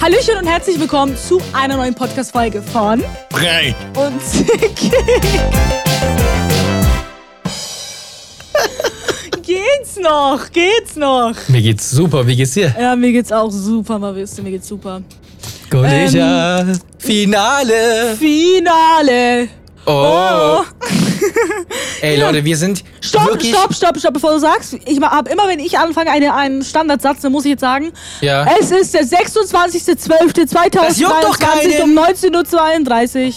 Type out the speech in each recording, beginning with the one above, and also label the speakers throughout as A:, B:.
A: Hallöchen und herzlich willkommen zu einer neuen Podcast-Folge von
B: Brei.
A: und Geht's noch? Geht's noch?
C: Mir geht's super, wie geht's dir?
A: Ja, mir geht's auch super, Marviste, mir geht's super.
C: Golisha,
A: Ähm.
C: Finale!
A: Finale!
C: Äh. Oh. Ey Leute, wir sind
A: Stopp,
C: wirklich...
A: stopp, stopp, stopp, bevor du sagst. Ich habe immer, wenn ich anfange, eine, einen Standardsatz, dann muss ich jetzt sagen.
C: Ja.
A: Es ist der 26.12.2022
C: Das juckt doch keinen.
A: um 19.32 Uhr.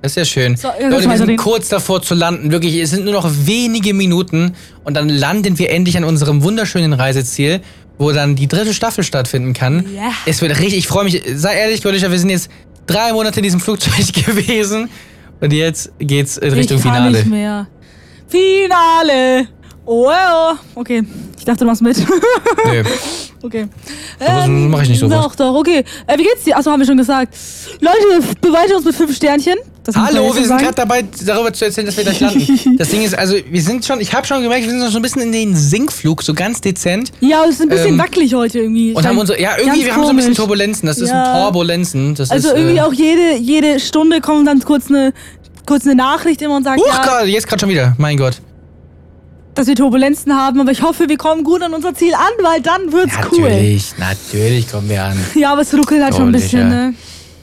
C: Das ist ja schön.
A: So, ja, das
C: Leute,
A: war
C: wir sind
A: Doreen.
C: kurz davor zu landen. Wirklich, es sind nur noch wenige Minuten und dann landen wir endlich an unserem wunderschönen Reiseziel, wo dann die dritte Staffel stattfinden kann.
A: Ja.
C: Es wird richtig, ich freue mich. Sei ehrlich, Golisha, wir sind jetzt drei Monate in diesem Flugzeug gewesen und jetzt geht's in Richtung
A: ich kann
C: Finale.
A: nicht mehr. Finale! Oh, oh. Okay, ich dachte, du machst mit.
C: Nö.
A: Okay. Ähm,
C: das mach ich nicht sowas.
A: Doch, doch, okay. Äh, wie geht's dir? Achso, haben wir schon gesagt. Leute, f- bewertet uns mit fünf Sternchen. Das muss man
C: Hallo,
A: jetzt
C: wir
A: so
C: sind
A: sagen.
C: gerade dabei, darüber zu erzählen, dass wir gleich landen. Das Ding ist, also wir sind schon, ich habe schon gemerkt, wir sind schon so ein bisschen in den Sinkflug, so ganz dezent.
A: Ja, es ist ein bisschen
C: Ähm,
A: wackelig heute irgendwie.
C: Und
A: Ich
C: haben
A: mein,
C: unsere, ja,
A: ganz
C: irgendwie, wir haben so ein bisschen
A: komisch.
C: Turbulenzen. Das ist
A: Ja.
C: ein Turbulenzen. Das
A: Also
C: ist,
A: irgendwie
C: äh,
A: auch jede, jede Stunde kommt dann kurz eine, kurz eine Nachricht immer und sagt,
C: Huch,
A: ja,
C: Oh Gott, jetzt gerade schon wieder. Mein Gott.
A: dass wir Turbulenzen haben, aber ich hoffe, wir kommen gut an unser Ziel an, weil dann wird's cool.
C: Natürlich, natürlich kommen wir an.
A: Ja, aber es ruckelt halt schon ein
C: Natürlich,
A: bisschen,
C: ja.
A: ne?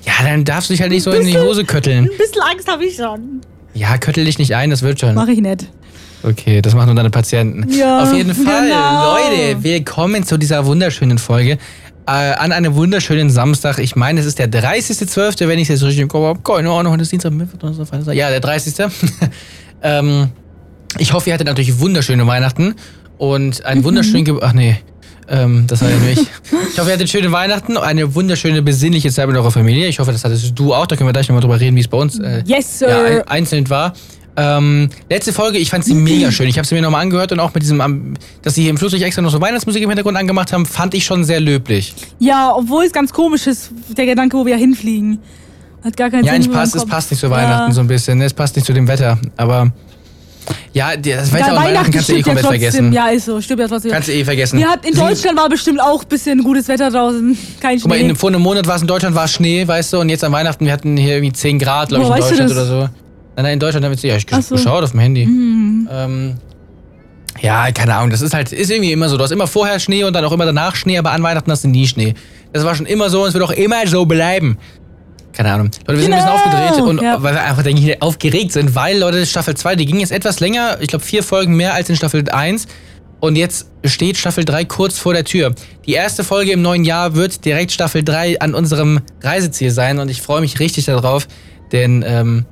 C: Ja, dann darfst du dich halt nicht so in die Hose kötteln.
A: Ein bisschen Angst habe ich schon.
C: Ja, köttel dich nicht ein, das wird schon.
A: Mache ich nicht.
C: Okay, das machen nur deine Patienten.
A: Ja,
C: Auf jeden Fall,
A: genau.
C: Leute, willkommen zu dieser wunderschönen Folge. Äh, an einem wunderschönen Samstag. Ich meine, es ist der 30.12., wenn ich es jetzt richtig im Kopf habe. Keine Ahnung, heute ist Dienstag, Mittwoch, Donnerstag, Freitag. Ja, der 30. ähm, ich hoffe, ihr hattet natürlich wunderschöne Weihnachten und einen wunderschönen Ge Ach nee, ähm, das war ja nicht. ich hoffe, ihr hattet schöne Weihnachten, eine wunderschöne, besinnliche Zeit mit eurer Familie. Ich hoffe, das hattest du auch. Da können wir gleich nochmal drüber reden, wie es bei uns äh,
A: Yes, sir.
C: ja, ein- einzeln war. Ähm, letzte Folge, ich fand sie mega schön. Ich habe sie mir nochmal angehört und auch mit diesem, am- dass sie hier im Flugzeug extra noch so Weihnachtsmusik im Hintergrund angemacht haben, fand ich schon sehr löblich.
A: Ja, obwohl es ganz komisch ist, der Gedanke, wo wir hinfliegen. Hat gar keinen
C: Ja,
A: Sinn.
C: eigentlich
A: in meinem
C: passt, es
A: Kopf.
C: passt nicht zu Weihnachten so ein bisschen. ne? Es passt nicht zu dem Wetter. Aber ja, die- das
A: Ja,
C: Wetter und Weihnachten kannst du eh
A: stimmt ja
C: komplett
A: trotzdem.
C: vergessen.
A: Ja, ist so. Stimmt ja trotzdem.
C: Kannst du eh vergessen.
A: Wir hatten, in
C: Sie-
A: Deutschland war bestimmt auch ein bisschen gutes Wetter draußen. Kein Schnee.
C: Guck mal, in, vor einem Monat war es in Deutschland, war Schnee, weißt du, und jetzt an Weihnachten, wir hatten hier irgendwie 10 Grad, glaube ich,
A: Woher
C: in
A: weißt du
C: Deutschland oder
A: das?
C: so. Nein, nein, in Deutschland haben wir jetzt, ja, ich
A: Ach
C: ges-
A: so. Mhm.
C: geschaut auf dem Handy. Ähm, ja, keine Ahnung, das ist halt, ist irgendwie immer so. Du hast immer vorher Schnee und dann auch immer danach Schnee, aber an Weihnachten hast du nie Schnee. Das war schon immer so und es wird auch immer so bleiben. Keine Ahnung. Leute, wir sind
A: Genau.
C: ein bisschen aufgedreht und
A: Ja.
C: weil wir einfach denke ich, aufgeregt sind, weil Leute, Staffel 2, die ging jetzt etwas länger, ich glaube vier Folgen mehr als in Staffel 1. Und jetzt steht Staffel 3 kurz vor der Tür. Die erste Folge im neuen Jahr wird direkt Staffel 3 an unserem Reiseziel sein und ich freue mich richtig darauf, denn ähm,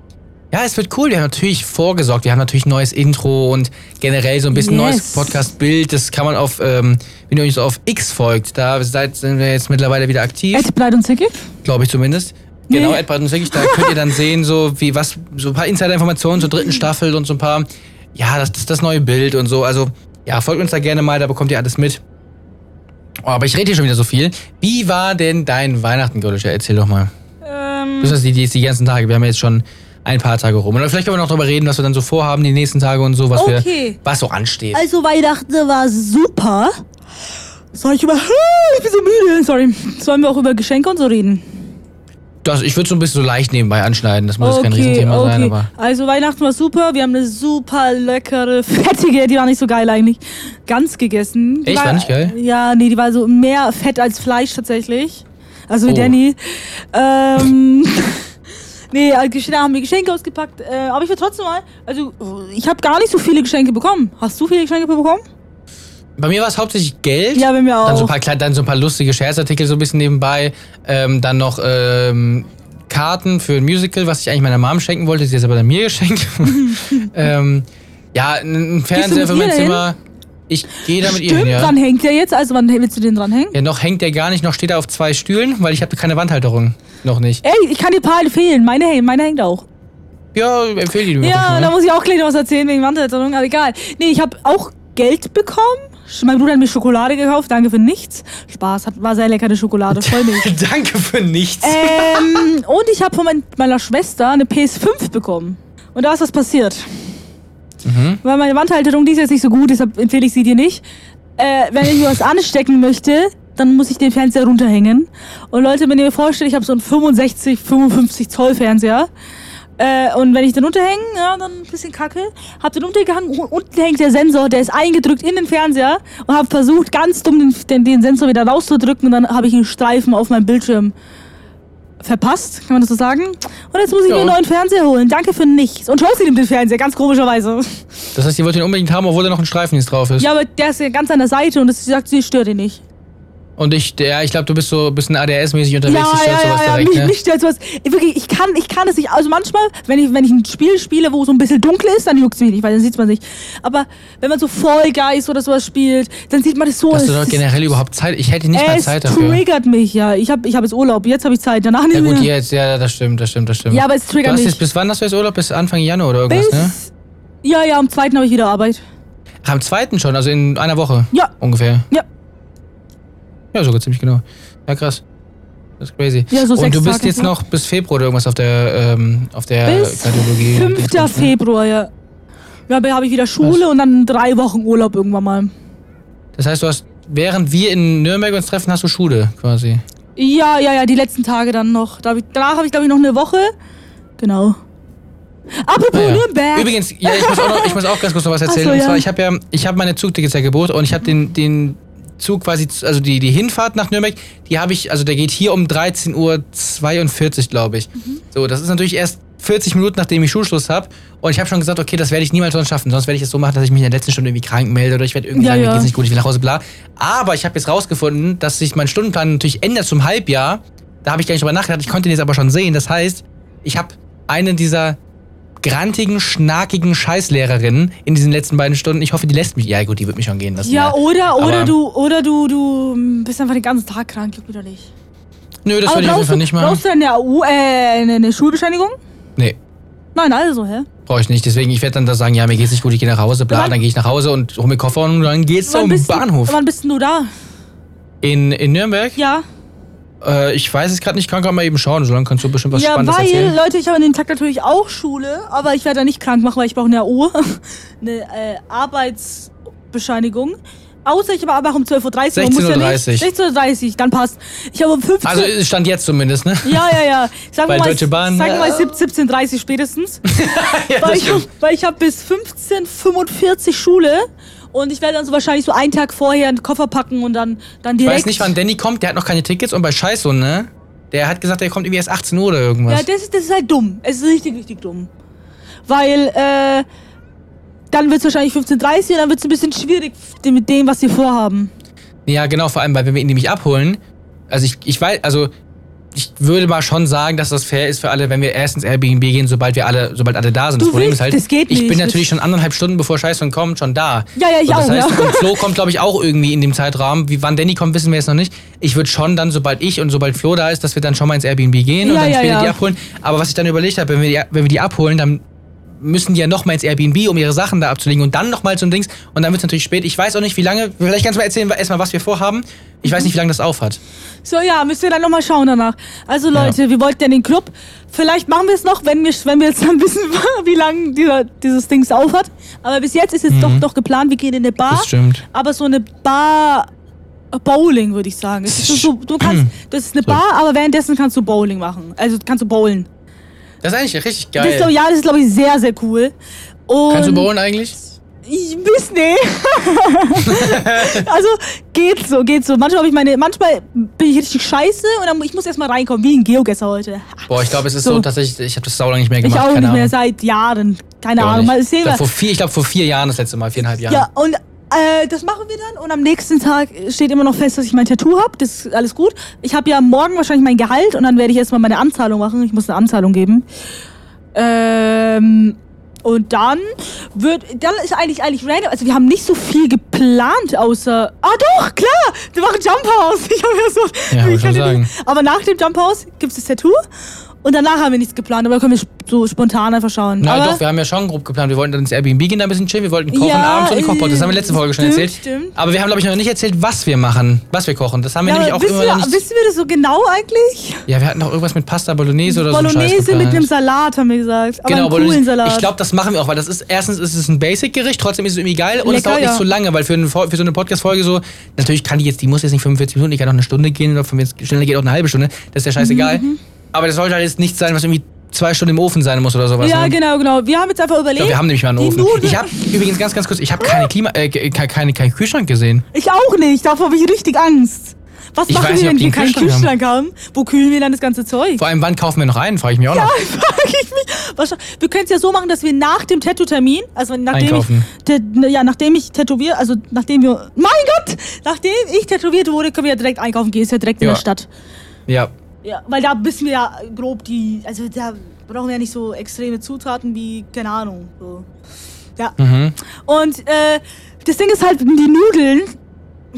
C: ja, es wird cool. Wir haben natürlich vorgesorgt. Wir haben natürlich ein neues Intro und generell so ein bisschen
A: Yes.
C: neues Podcast-Bild. Das kann man auf, ähm, wenn ihr uns auf X folgt, da seid, sind wir jetzt mittlerweile wieder aktiv
A: Ed, Bleit und Zickig?
C: glaube ich zumindest.
A: Nee.
C: Genau, Edward und wirklich, da könnt ihr dann sehen, so wie was, so ein paar Insider-Informationen zur dritten Staffel und so ein paar, ja, das ist das neue Bild und so. Also, ja, folgt uns da gerne mal, da bekommt ihr alles mit. Oh, aber ich rede hier schon wieder so viel. Wie war denn dein Weihnachten, Göttischer? Erzähl doch mal.
A: Ähm,
C: Das ist die, die, die ganzen Tage. Wir haben ja jetzt schon ein paar Tage rum. Und vielleicht können wir noch drüber reden, was wir dann so vorhaben, die nächsten Tage und so, was
A: Okay.
C: wir, was so ansteht.
A: also Weihnachten war super. Soll ich über... Ich bin so müde. Sorry. Sollen wir auch über Geschenke und so reden?
C: Das, ich würde so ein bisschen so leicht nebenbei anschneiden. Das muss jetzt kein Riesenthema sein, aber.
A: Also Weihnachten war super. Wir haben eine super leckere, fettige, die war nicht so geil eigentlich, Gans gegessen. Die
C: Echt?
A: war,
C: War nicht geil?
A: Ja, nee, die war so mehr Fett als Fleisch tatsächlich. Also wie
C: Oh.
A: Danny. Ähm, nee, als Geschenke haben wir Geschenke ausgepackt. Äh, aber ich will trotzdem mal, also ich habe gar nicht so viele Geschenke bekommen. Hast du viele Geschenke bekommen?
C: Bei mir war es hauptsächlich Geld.
A: Ja, bei mir
C: Dann so
A: auch.
C: ein paar, klein- dann so ein paar lustige Scherzartikel so ein bisschen nebenbei. Ähm, dann noch ähm, Karten für ein Musical, was ich eigentlich meiner Mom schenken wollte. Sie hat es aber dann mir geschenkt. ähm, ja, ein ein
A: mit
C: Fernseher für
A: ihr
C: mein
A: dahin?
C: Zimmer. Ich gehe da mit ihr
A: Stimmt,
C: hin, ja.
A: dran hängt der jetzt. Also wann willst du den dranhängen?
C: ja. Noch hängt der gar nicht, noch steht er auf zwei Stühlen, weil ich habe keine Wandhalterung. Noch nicht.
A: Ey, ich kann dir ein paar empfehlen. Meine, hängt- meine hängt auch.
C: Ja, empfehle die mir.
A: Ja, da
C: ne?
A: muss ich auch gleich noch was erzählen wegen Wandhalterung, aber egal. Nee, ich habe auch Geld bekommen. Sch- Mein Bruder hat mir Schokolade gekauft, danke für nichts. Spaß, hat, war sehr leckere Schokolade, voll mich.
C: Danke für nichts.
A: ähm, und ich habe von mein, meiner Schwester eine PS5 bekommen. Und da ist was passiert. Weil meine Wandhalterung, die ist jetzt nicht so gut, deshalb empfehle ich sie dir nicht. Äh, wenn ich was anstecken möchte, dann muss ich den Fernseher runterhängen. Und Leute, wenn ihr mir vorstellt, ich habe so einen 65, 55 Zoll Fernseher. Äh, und wenn ich den runterhänge, ja, dann ein bisschen kacke. Hab den runtergehangen, un- unten hängt der Sensor, der ist eingedrückt in den Fernseher und hab versucht, ganz dumm den, den, den Sensor wieder rauszudrücken und dann habe ich einen Streifen auf meinem Bildschirm verpasst, kann man das so sagen? Und jetzt muss ich
C: Ja.
A: mir einen neuen Fernseher holen. Danke für nichts. Und Chelsea nimmt den Fernseher, ganz komischerweise.
C: Das heißt, ihr wollt ihn unbedingt haben, obwohl da noch ein Streifen jetzt drauf ist.
A: Ja, aber der ist ja ganz an der Seite und das, sie sagt, sie stört ihn nicht.
C: Und ich, der, ich glaube, du bist so ein bisschen ADS-mäßig unterwegs.
A: Ja,
C: ich stell
A: ja,
C: sowas
A: ja, ja,
C: direkt,
A: mich,
C: ne?
A: mich stört sowas. Ich, wirklich, ich kann, ich kann es nicht. Also manchmal, wenn ich, wenn ich ein Spiel spiele, wo so ein bisschen dunkel ist, dann juckt es mich nicht, weil dann sieht man nicht. Aber wenn man so Fall Guys oder sowas spielt, dann sieht man das so.
C: Hast du
A: es-
C: doch generell überhaupt Zeit? Ich hätte nicht mal
A: es
C: Zeit dafür.
A: triggert mich, ja. Ich habe ich hab jetzt Urlaub, jetzt habe ich Zeit, danach nicht
C: Ja gut,
A: mehr.
C: jetzt, ja, das stimmt, das stimmt, das stimmt.
A: Ja, aber es
C: du
A: triggert
C: hast
A: mich.
C: jetzt, bis wann hast du jetzt Urlaub? Bis Anfang Januar oder irgendwas, ne?
A: Bis- Ja, ja, am zweiten habe ich wieder Arbeit.
C: Ach, Am zweiten schon, also in einer Woche
A: Ja.
C: ungefähr.
A: Ja.
C: Ja, sogar ziemlich genau. Ja, krass. Das ist crazy.
A: Ja, so
C: Und
A: sechs
C: du bist
A: Tage,
C: jetzt
A: ja.
C: noch bis Februar oder irgendwas auf der, ähm, auf der
A: Bis
C: Kardiologie.
A: 5. Februar, ja. Ja, aber habe ich wieder Schule und dann drei Wochen Urlaub irgendwann mal.
C: Das heißt, du hast, während wir in Nürnberg uns treffen, hast du Schule quasi.
A: Ja, ja, ja, die letzten Tage dann noch. Da hab ich, danach habe ich, glaube ich, noch eine Woche. Genau. Apropos
C: Naja.
A: Nürnberg.
C: Ah, Übrigens, ja, ich, muss auch noch, ich muss auch ganz kurz noch was erzählen.
A: Ach so,
C: Und
A: ja.
C: zwar, ich habe ja, ich habe meine Zugtickets ja gebucht und ich habe den, den Zug quasi, zu- also die, die Hinfahrt nach Nürnberg, die habe ich, also der geht hier um 13.42 Uhr, glaube ich.
A: Mhm.
C: So, das ist natürlich erst 40 Minuten, nachdem ich Schulschluss habe. Und ich habe schon gesagt, okay, das werde ich niemals sonst schaffen. Sonst werde ich es so machen, dass ich mich in der letzten Stunde irgendwie krank melde oder ich werde irgendwie
A: Ja,
C: sagen, mir
A: ja.
C: geht's nicht gut, ich will nach Hause, bla. Aber ich habe jetzt rausgefunden, dass sich mein Stundenplan natürlich ändert zum Halbjahr. Da habe ich gar nicht drüber nachgedacht. Ich konnte den jetzt aber schon sehen. Das heißt, ich habe einen dieser grantigen, schnackigen Scheißlehrerinnen in diesen letzten beiden Stunden. Ich hoffe, die lässt mich. Ja, gut, die wird mich schon gehen lassen.
A: ja, oder,
C: Aber-
A: oder du, oder du, du mm, bist einfach den ganzen Tag krank, juckt wieder nicht.
C: Nö, das würde ich auf jeden
A: brauchst,
C: Fall nicht
A: du,
C: machen.
A: brauchst du denn eine, AU, äh, eine, eine Schulbescheinigung?
C: Nee,
A: Nein, also, hä?
C: brauche ich nicht. Deswegen, ich werde dann da sagen, ja, mir geht's nicht gut, ich gehe nach Hause, bla,
A: Wann-
C: dann gehe ich nach Hause und hole mir Koffer und dann geht's zum
A: bist du-
C: Bahnhof.
A: Wann bist denn du da?
C: In, in Nürnberg?
A: Ja.
C: Äh, ich weiß es gerade nicht, kann gerade mal eben schauen. Solange kannst du bestimmt was
A: ja,
C: Spannendes
A: weil,
C: erzählen.
A: Leute, ich habe an dem Tag natürlich auch Schule, aber ich werde da nicht krank machen, weil ich brauche eine AO, eine äh, Arbeitsbescheinigung. Außer ich habe aber auch um 12.30 Uhr. man muss ja nicht-
C: 16.30
A: 16.30 Uhr, dann passt. Ich habe um 15
C: Also, es stand jetzt zumindest, ne?
A: ja, ja, ja. Sagen
C: Bei
A: wir mal,
C: Deutsche Bahn, äh,
A: sagen wir mal
C: ja.
A: 17, 17.30 spätestens. weil,
C: Ja, das
A: ich, hab-
C: stimmt.
A: weil ich habe bis 15.45 Schule und ich werde dann so wahrscheinlich so einen Tag vorher einen Koffer packen und dann, dann
C: ich
A: direkt.
C: weiß nicht, wann Danny kommt, der hat noch keine Tickets und bei Scheiße, ne? Der hat gesagt, der kommt irgendwie erst 18 Uhr oder irgendwas.
A: Ja, das ist, das ist halt dumm. Es ist richtig, richtig dumm. Weil, äh, dann wird es wahrscheinlich 15.30 und dann wird es ein bisschen schwierig f- mit dem, was wir vorhaben.
C: Ja, genau, vor allem, weil wenn wir ihn nämlich abholen, also ich, ich weiß, also ich würde mal schon sagen, dass das fair ist für alle, wenn wir erst ins Airbnb gehen, sobald wir alle, sobald alle da sind.
A: Du willst, das geht
C: halt, ich
A: nicht.
C: bin
A: Das-
C: natürlich schon anderthalb Stunden bevor Scheiße kommt, schon da.
A: Ja, ja, ich
C: so, das
A: auch,
C: heißt,
A: ja.
C: Und Flo kommt, glaube ich, auch irgendwie in dem Zeitrahmen. Wie wann Danny kommt, wissen wir jetzt noch nicht. Ich würde schon dann, sobald ich und sobald Flo da ist, dass wir dann schon mal ins Airbnb gehen und
A: Ja,
C: dann
A: ja,
C: später
A: ja.
C: die abholen. Aber was ich dann überlegt habe, wenn wir die, wenn wir die abholen, dann müssen die ja nochmal ins Airbnb, um ihre Sachen da abzulegen und dann nochmal zum Dings und dann wird es natürlich spät. Ich weiß auch nicht, wie lange, vielleicht kannst du mal erzählen, wa- erstmal, was wir vorhaben. Ich weiß nicht, wie lange das aufhat.
A: So, ja, müssen wir dann nochmal schauen danach. Also, Leute, wir wollten ja den Club. Vielleicht machen wir es noch, wenn wir, wenn wir jetzt dann wissen, wie lange dieser, dieses Ding auf hat. Aber bis jetzt ist jetzt doch noch geplant, wir gehen in eine Bar.
C: stimmt.
A: aber so eine Bar äh, Bowling, würde ich sagen. Es ist so, so, du kannst, das ist eine Bar, aber währenddessen kannst du Bowling machen. Also kannst du bowlen.
C: Das ist eigentlich richtig
A: Das ist,
C: geil.
A: glaub- ja, das ist, glaube ich, sehr, sehr cool. Und
C: kannst du überholen eigentlich?
A: Ich weiß nicht. also geht so, geht so. Manchmal, hab ich meine, manchmal bin ich richtig scheiße und dann, ich muss erstmal reinkommen, wie ein Geogesser heute.
C: Boah, ich glaube, es ist so,
A: So.
C: tatsächlich, ich habe das sau lange nicht mehr
A: Ich
C: gemacht.
A: auch
C: keine
A: nicht
C: Ahnung.
A: mehr seit Jahren. Keine
C: Ich auch
A: Ahnung.
C: nicht.
A: Mal sehen,
C: Ich glaub,
A: was-
C: vor vier, ich glaube, vor vier Jahren das letzte Mal, viereinhalb Jahre.
A: Ja, und äh, das machen wir dann. Und am nächsten Tag steht immer noch fest, dass ich mein Tattoo hab Das ist alles gut. Ich habe ja morgen wahrscheinlich mein Gehalt und dann werde ich erstmal meine Anzahlung machen. Ich muss eine Anzahlung geben. Ähm, und dann wird, dann ist eigentlich eigentlich random. Also wir haben nicht so viel geplant, außer ah doch klar, wir machen Jump House. Ich habe ja so,
C: Ja, wollte
A: ich
C: schon
A: hatte
C: sagen.
A: nicht- aber nach dem Jump House gibt's das Tattoo Und danach haben wir nichts geplant, aber können wir sp- so spontan einfach schauen.
C: Na
A: aber
C: doch, wir haben ja schon grob geplant. Wir wollten dann ins Airbnb gehen, da ein bisschen chillen. Wir wollten kochen
A: Ja,
C: abends und einen Kochpot. Das haben wir letzte Folge schon
A: stimmt,
C: erzählt.
A: stimmt.
C: Aber wir haben, glaube ich, noch nicht erzählt, was wir machen, was wir kochen. Das haben wir
A: ja,
C: nämlich
A: aber
C: auch
A: wissen,
C: immer noch
A: wir,
C: nicht.
A: wissen wir das so genau eigentlich?
C: Ja, wir hatten doch irgendwas mit Pasta Bolognese oder so. einen Scheiß
A: Bolognese mit
C: geplant.
A: einem Salat, haben wir gesagt. Aber
C: Genau,
A: einen coolen
C: Bolognese.
A: Salat.
C: Ich glaube, das machen wir auch, weil das ist erstens ist es ein Basic-Gericht, trotzdem ist es irgendwie geil und es
A: Lecker,
C: dauert nicht
A: ja.
C: so lange, weil für, eine Fol- für so eine Podcast-Folge so, natürlich kann die jetzt, die muss jetzt nicht 45 Minuten, die kann auch eine Stunde gehen oder von mir jetzt schneller geht auch eine halbe Stunde, das ist ja scheißegal.
A: Mhm,
C: Aber das sollte halt jetzt nicht sein, was irgendwie zwei Stunden im Ofen sein muss oder sowas.
A: ja,
C: ne?
A: genau, genau. Wir haben jetzt einfach
C: Ich
A: überlegt.
C: glaub, wir haben nämlich mal einen
A: die
C: Ofen.
A: Nudeln-
C: Ich habe übrigens ganz, ganz kurz, ich habe keine Klima, äh, ke- ke- keine, keinen Kühlschrank gesehen.
A: Ich auch nicht, davor habe ich richtig Angst. Was
C: Ich
A: machen
C: weiß
A: wir,
C: nicht, ob
A: wenn
C: die
A: wir
C: einen
A: keinen
C: Kühlschrank
A: Kühlschrank haben? Wo kühlen wir dann das ganze Zeug?
C: Vor allem, wann kaufen wir noch einen, frage ich mich auch noch.
A: Frag ich mich. Wahrscheinlich- Wir können es ja so machen, dass wir nach dem Tattoo-Termin, also nachdem
C: Einkaufen.
A: ich, tät- ja, nachdem ich tätowiere, also nachdem wir, mein Gott, nachdem ich tätowiert wurde, können wir ja direkt einkaufen gehen, ist ja direkt
C: Ja.
A: in der Stadt.
C: Ja.
A: Ja, weil da wissen wir ja grob die, also da brauchen wir ja nicht so extreme Zutaten wie, keine Ahnung, so. Ja.
C: Mhm.
A: Und äh, das Ding ist halt, die Nudeln,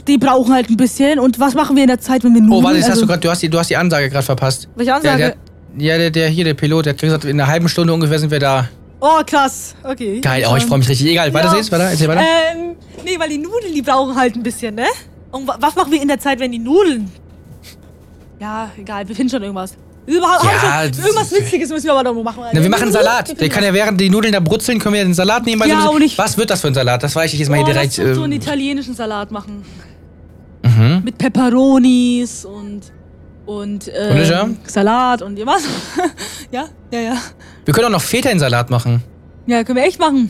A: die brauchen halt ein bisschen. Und was machen wir in der Zeit, wenn wir Nudeln?
C: Oh, warte, jetzt hast du,
A: also,
C: grad, du, hast die, du hast die Ansage gerade verpasst.
A: Welche Ansage?
C: Ja, der, ja der, der hier, der Pilot, der hat gesagt, in einer halben Stunde ungefähr sind wir da.
A: oh, krass. Okay.
C: Geil, oh, ich freue mich richtig. Egal, weiter
A: Ja.
C: geht's, weiter, erzähl weiter.
A: Ähm, nee, weil die Nudeln, die brauchen halt ein bisschen, ne? Und wa- was machen wir in der Zeit, wenn die Nudeln? Ja, egal, wir finden schon irgendwas. Wir haben
C: Ja,
A: schon,
C: das
A: irgendwas
C: ist-
A: Witziges müssen wir aber doch noch machen.
C: Na, wir machen einen Salat. Der kann ja während die Nudeln da brutzeln, können wir den Salat nehmen.
A: Ja, und ich- Oh,
C: was wird das für ein Salat? Das weiß ich jetzt mal
A: mal
C: hier
A: direkt. Lass
C: direkt.
A: uns so einen
C: Äh,
A: italienischen Salat machen.
C: Mhm.
A: Mit Peperonis und und
C: Und ich, ja?
A: ähm, Salat und was? ja, ja, ja.
C: wir können auch noch Feta in Salat machen.
A: Ja, können wir echt machen.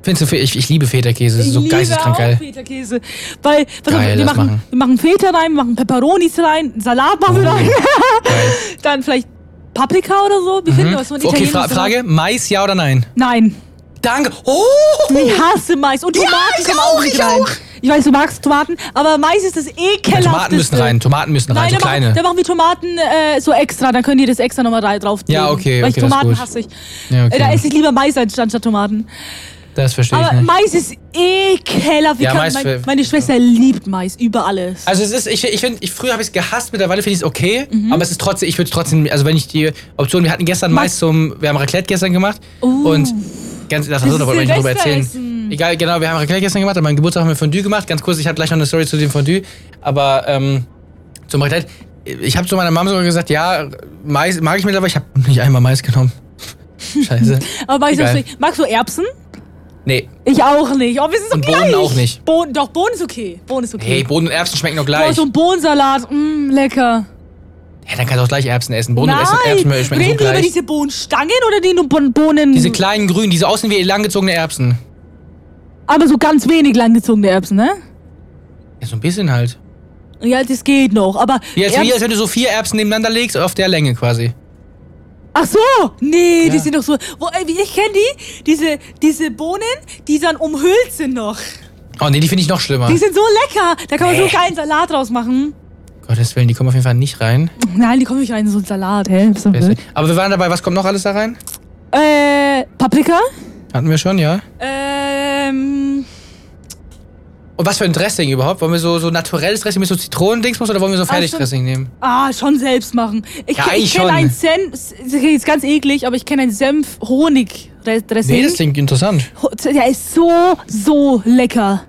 C: Findest du, Fe- ich, ich liebe Feta-Käse, das ist so
A: ich liebe
C: geisteskrank
A: auch
C: geil.
A: Feta-Käse. Weil, pass auf,
C: Geil,
A: wir,
C: lass
A: machen,
C: machen. Oh.
A: wir machen Feta rein, wir machen Peperonis rein, einen Salat machen wir rein.
C: Geil. Hm?
A: Dann vielleicht Paprika oder so. Wir finden was von
C: Mhm. Okay,
A: italienisch.
C: Fra Frage, Mais, ja oder nein?
A: Nein.
C: Danke. Oh!
A: Ich hasse Mais. Und Tomaten
C: ich
A: kommen
C: auch,
A: nicht
C: ich
A: rein.
C: auch.
A: Ich weiß, du magst Tomaten, aber Mais ist das ekelhafteste.
C: Tomaten müssen rein, Tomaten müssen
A: Nein,
C: rein, so
A: da machen, da
C: kleine.
A: machen wir Tomaten äh, so extra, dann können die das extra nochmal drauf
C: Ja, okay,
A: Weil
C: okay,
A: ich
C: das ist
A: Tomaten
C: gut.
A: hasse ich.
C: Ja, okay.
A: Äh, Da esse ich lieber Mais anstatt statt Tomaten.
C: Das verstehe ich
A: Aber
C: nicht.
A: Mais ist ekelhaft. Wie
C: Ja,
A: kann,
C: Mais
A: mein,
C: für-
A: meine Schwester liebt Mais über alles.
C: Also es ist, ich, ich finde, ich, früher habe ich es gehasst, mittlerweile finde ich es okay,
A: Mhm.
C: aber es ist trotzdem, ich würde trotzdem, also wenn ich die Option, wir hatten gestern
A: Mag-
C: Mais zum, wir haben Raclette gestern gemacht
A: Oh.
C: und ganz, das, das
A: ist
C: da wollte ich nicht drüber erzählen.
A: Silvesteressen.
C: Egal, genau, wir haben Raclette gestern gemacht, an meinem Geburtstag haben wir Fondue gemacht, ganz kurz, ich habe gleich noch eine Story zu dem Fondue, aber ähm, zum Raclette, ich habe zu meiner Mama sogar gesagt, ja, Mais mag ich mittlerweile, ich habe nicht einmal Mais genommen. Scheiße.
A: aber Mais
C: egal.
A: ist nicht. Magst du Erbsen?
C: Nee,
A: Ich auch nicht. Oh, wir sind so
C: Und
A: gleich.
C: Bohnen auch nicht.
A: Bohnen, doch, Bohnen ist okay. Bohnen ist okay.
C: hey, Bohnen und Erbsen schmecken doch
A: Boah,
C: gleich.
A: so ein Bohnensalat, mm, lecker.
C: Ja, dann kannst du auch gleich Erbsen essen. Bohnen und
A: Nein,
C: Erbsen- Erbsen schmecken so
A: reden wir über
C: gleich.
A: diese Bohnenstangen oder die nur Bohnen- Bohnen?
C: Diese kleinen grünen, die so aussehen wie langgezogene Erbsen.
A: aber so ganz wenig langgezogene Erbsen, ne?
C: Ja, so ein bisschen halt.
A: Ja, das geht noch, aber
C: Wie als, wie
A: Erbsen-
C: als wenn du so vier Erbsen nebeneinander legst, auf der Länge quasi.
A: Ach so, nee,
C: Ja.
A: die sind doch so, wo, ey, wie- ich kenne die, diese, diese Bohnen, die dann umhüllt sind noch.
C: Oh nee, die finde ich noch schlimmer.
A: Die sind so lecker, da kann man
C: Nee.
A: so geilen Salat draus machen.
C: Gottes Willen, die kommen auf jeden Fall nicht rein.
A: Nein, die kommen nicht rein in so einen Salat, hä? Bist du blöd?
C: Aber wir waren dabei, was kommt noch alles da rein?
A: Äh, Paprika,
C: Hatten wir schon, ja.
A: ähm,
C: Und was für ein Dressing überhaupt? Wollen wir so, so naturelles Dressing mit so Zitronendingsmus oder wollen wir so Fertigdressing nehmen?
A: Ah, schon selbst machen. Ich,
C: Ja,
A: ke-
C: eigentlich
A: ich
C: schon.
A: kenne ein Senf, das ist ganz eklig, aber ich kenne ein
C: Nee,
A: Senf-Honig-Dressing.
C: das klingt interessant.
A: Ho- Der ist so, so lecker.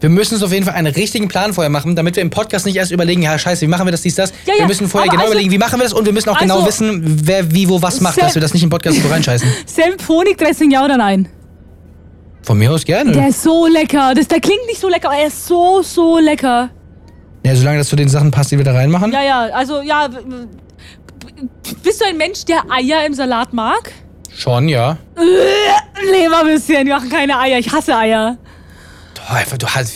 C: Wir müssen uns auf jeden Fall einen richtigen Plan vorher machen, damit wir im Podcast nicht erst überlegen, ja scheiße, wie machen wir das, dies, das.
A: Ja,
C: wir
A: ja,
C: müssen
A: aber
C: vorher genau
A: also-
C: überlegen, wie machen wir das und wir müssen auch genau
A: Also-
C: wissen, wer wie wo was macht,
A: Sehr-
C: dass wir das nicht im Podcast so reinscheißen.
A: Senf-Honig-Dressing, ja oder nein?
C: Von mir aus gerne.
A: Der ist so lecker. Das, der klingt nicht so lecker, aber er ist so, so lecker.
C: Ja, solange das zu den Sachen passt, die wir da reinmachen.
A: Ja, ja, also, ja. b- b- Bist du ein Mensch, der Eier im Salat mag?
C: Schon, ja.
A: Leberwürstchen, die machen keine Eier. Ich hasse Eier.
C: Boah, einfach, du hast.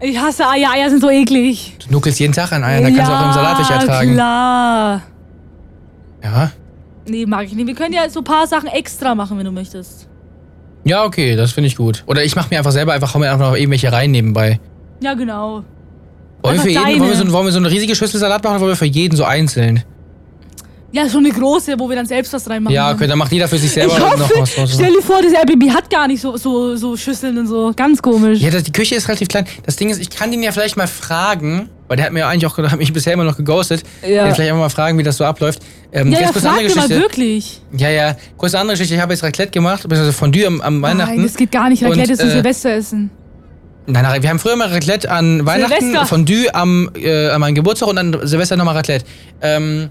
A: Ich hasse Eier. Eier sind so eklig.
C: Du nuckelst jeden Tag an Eiern, da kannst du auch im Salat nicht ertragen.
A: klar.
C: Ja.
A: Nee, mag ich nicht. Wir können ja so ein paar Sachen extra machen, wenn du möchtest.
C: Ja, okay, das finde ich gut. Oder ich mache mir einfach selber einfach, hau mir einfach noch irgendwelche rein nebenbei.
A: Ja, genau.
C: Wollen wir,
A: Einfach
C: für jeden, wollen, wir
A: deine.
C: so, wollen wir so eine riesige Schüssel Salat machen oder wollen wir für jeden so einzeln?
A: Ja, schon eine große, wo wir dann selbst was reinmachen.
C: Ja, okay,
A: können.
C: dann macht jeder für sich
A: Ich
C: selber noch was.
A: hoffe,
C: draus.
A: stell dir vor, das Airbnb hat gar nicht so, so, so Schüsseln und so. Ganz komisch.
C: Ja, das, die Küche ist relativ klein. Das Ding ist, ich kann den ja vielleicht mal fragen, Weil der hat mir eigentlich auch hat mich bisher immer noch geghostet.
A: Ja.
C: Jetzt vielleicht einfach mal fragen, wie das so abläuft. Ähm,
A: Ja,
C: jetzt
A: ja,
C: kurz eine
A: frag
C: andere
A: dir mal
C: Geschichte.
A: wirklich.
C: Ja, ja. Kurz eine andere Geschichte. Ich habe jetzt Raclette gemacht, beziehungsweise Fondue am, am Weihnachten.
A: Nein, das geht gar nicht.
C: Und,
A: Raclette ist ein
C: äh,
A: Silvesteressen.
C: Nein, nein, wir haben früher mal Raclette an Weihnachten,
A: Silvester.
C: Fondue am, äh, an meinem Geburtstag und an Silvester nochmal Raclette. Ähm,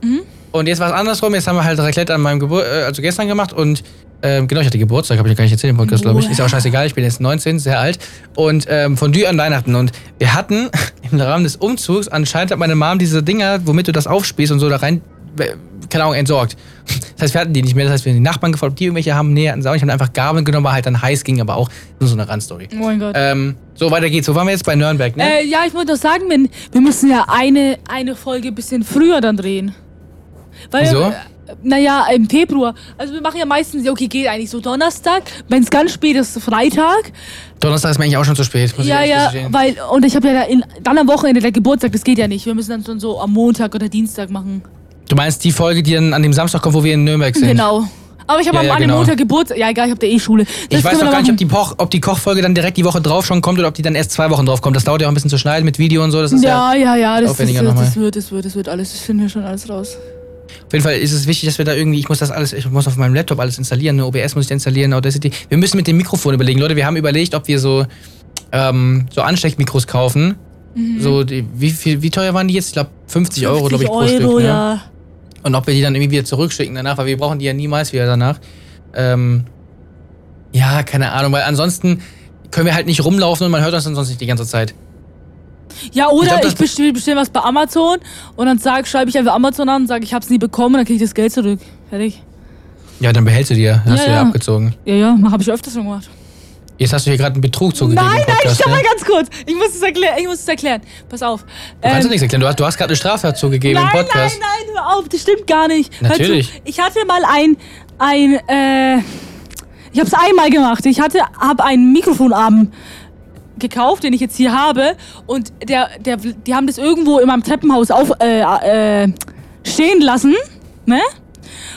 C: Und jetzt war es andersrum, jetzt haben wir halt Raclette an meinem Geburtstag, äh, also gestern gemacht und ähm, genau, ich hatte Geburtstag, habe ich ja gar nicht erzählt im Podcast, glaube ich. Ist ja auch scheißegal, ich bin jetzt 19, sehr alt. Und ähm, Fondue an Weihnachten. Und wir hatten im Rahmen des Umzugs, anscheinend hat meine Mom diese Dinger, womit du das aufspießt und so da rein, äh, keine Ahnung, entsorgt. Das heißt, wir hatten die nicht mehr. Das heißt, wir haben die Nachbarn gefragt, ob die irgendwelche haben. Nee, hatten sie auch nicht. Haben einfach Gabeln genommen, war halt dann heiß, ging aber auch. Nur so eine Randstory.
A: Oh mein Gott.
C: Ähm, so, weiter geht's. Wo waren wir jetzt bei Nürnberg, ne?
A: Äh, ja, ich wollte noch sagen, wir, wir müssen ja eine, eine Folge ein bisschen früher dann drehen. Weil
C: Wieso?
A: Wir, naja, im Februar. Also wir machen ja meistens, ja, okay, geht eigentlich so Donnerstag. Wenn es ganz spät ist, Freitag.
C: Donnerstag ist mir eigentlich auch schon zu spät. muss ich
A: ja,
C: ehrlich
A: ja,
C: gestehen.
A: weil, und ich habe ja da in, dann am Wochenende der Geburtstag, das geht ja nicht. Wir müssen dann schon so am Montag oder Dienstag machen.
C: Du meinst die Folge, die dann an dem Samstag kommt, wo wir in Nürnberg sind?
A: Genau. Aber ich habe
C: Ja,
A: am
C: ja,
A: an dem
C: genau.
A: Montag Geburtstag. Ja, egal, ich habe da eh Schule. Das
C: Ich weiß
A: können wir
C: noch
A: dann
C: gar nicht, ob
A: machen.
C: die, Poch, ob die Kochfolge dann direkt die Woche drauf schon kommt oder ob die dann erst zwei Wochen drauf kommt. Das dauert ja auch ein bisschen zu schneiden mit Video und so. Das ist ja.
A: Ja, ja, ja, das, das,
C: aufwendiger
A: wird,
C: nochmal.
A: das wird, das wird, das wird alles. Das finden wir schon alles raus.
C: Auf jeden Fall ist es wichtig, dass wir da irgendwie, ich muss das alles, ich muss auf meinem Laptop alles installieren, ne? OBS muss ich installieren, Audacity. Wir müssen mit dem Mikrofon überlegen. Leute, wir haben überlegt, ob wir so, ähm, so Ansteckmikros kaufen.
A: Mhm.
C: So, die, wie, viel, wie teuer waren die jetzt? Ich glaube 50, Euro, glaube ich, pro Stück.
A: Euro,
C: ne?
A: ja.
C: Und ob wir die dann irgendwie wieder zurückschicken danach, weil wir brauchen die ja niemals wieder danach. Ähm, ja, keine Ahnung, weil ansonsten können wir halt nicht rumlaufen und man hört uns ansonsten nicht die ganze Zeit.
A: Ja, oder
C: glaub,
A: ich,
C: das-
A: bestelle bestell was bei Amazon und dann sag, schreibe ich einfach Amazon an und sage, ich hab's nie bekommen und dann krieg ich das Geld zurück. Fertig.
C: Ja, dann behältst du dir, hast
A: Ja,
C: du ja
A: ja.
C: abgezogen.
A: Ja, ja, hab ich öfters schon gemacht.
C: Jetzt hast du hier gerade einen Betrug zugegeben.
A: Nein,
C: im
A: nein,
C: Podcast,
A: stopp
C: ne?
A: mal ganz kurz. Ich muss es erklären. Ich muss es erklären. Pass auf.
C: Du kannst
A: Ähm,
C: du nichts erklären, du hast, du hast gerade eine Straftat zugegeben
A: nein,
C: im Podcast.
A: nein, nein, hör auf. Das stimmt gar nicht. Hör zu.
C: Natürlich.
A: Ich hatte mal ein, ein, äh, ich hab's einmal gemacht. Ich hatte, hab einen Mikrofonarm gekauft, den ich jetzt hier habe. Und der, der, die haben das irgendwo in meinem Treppenhaus auf, äh, äh, stehen lassen. Ne?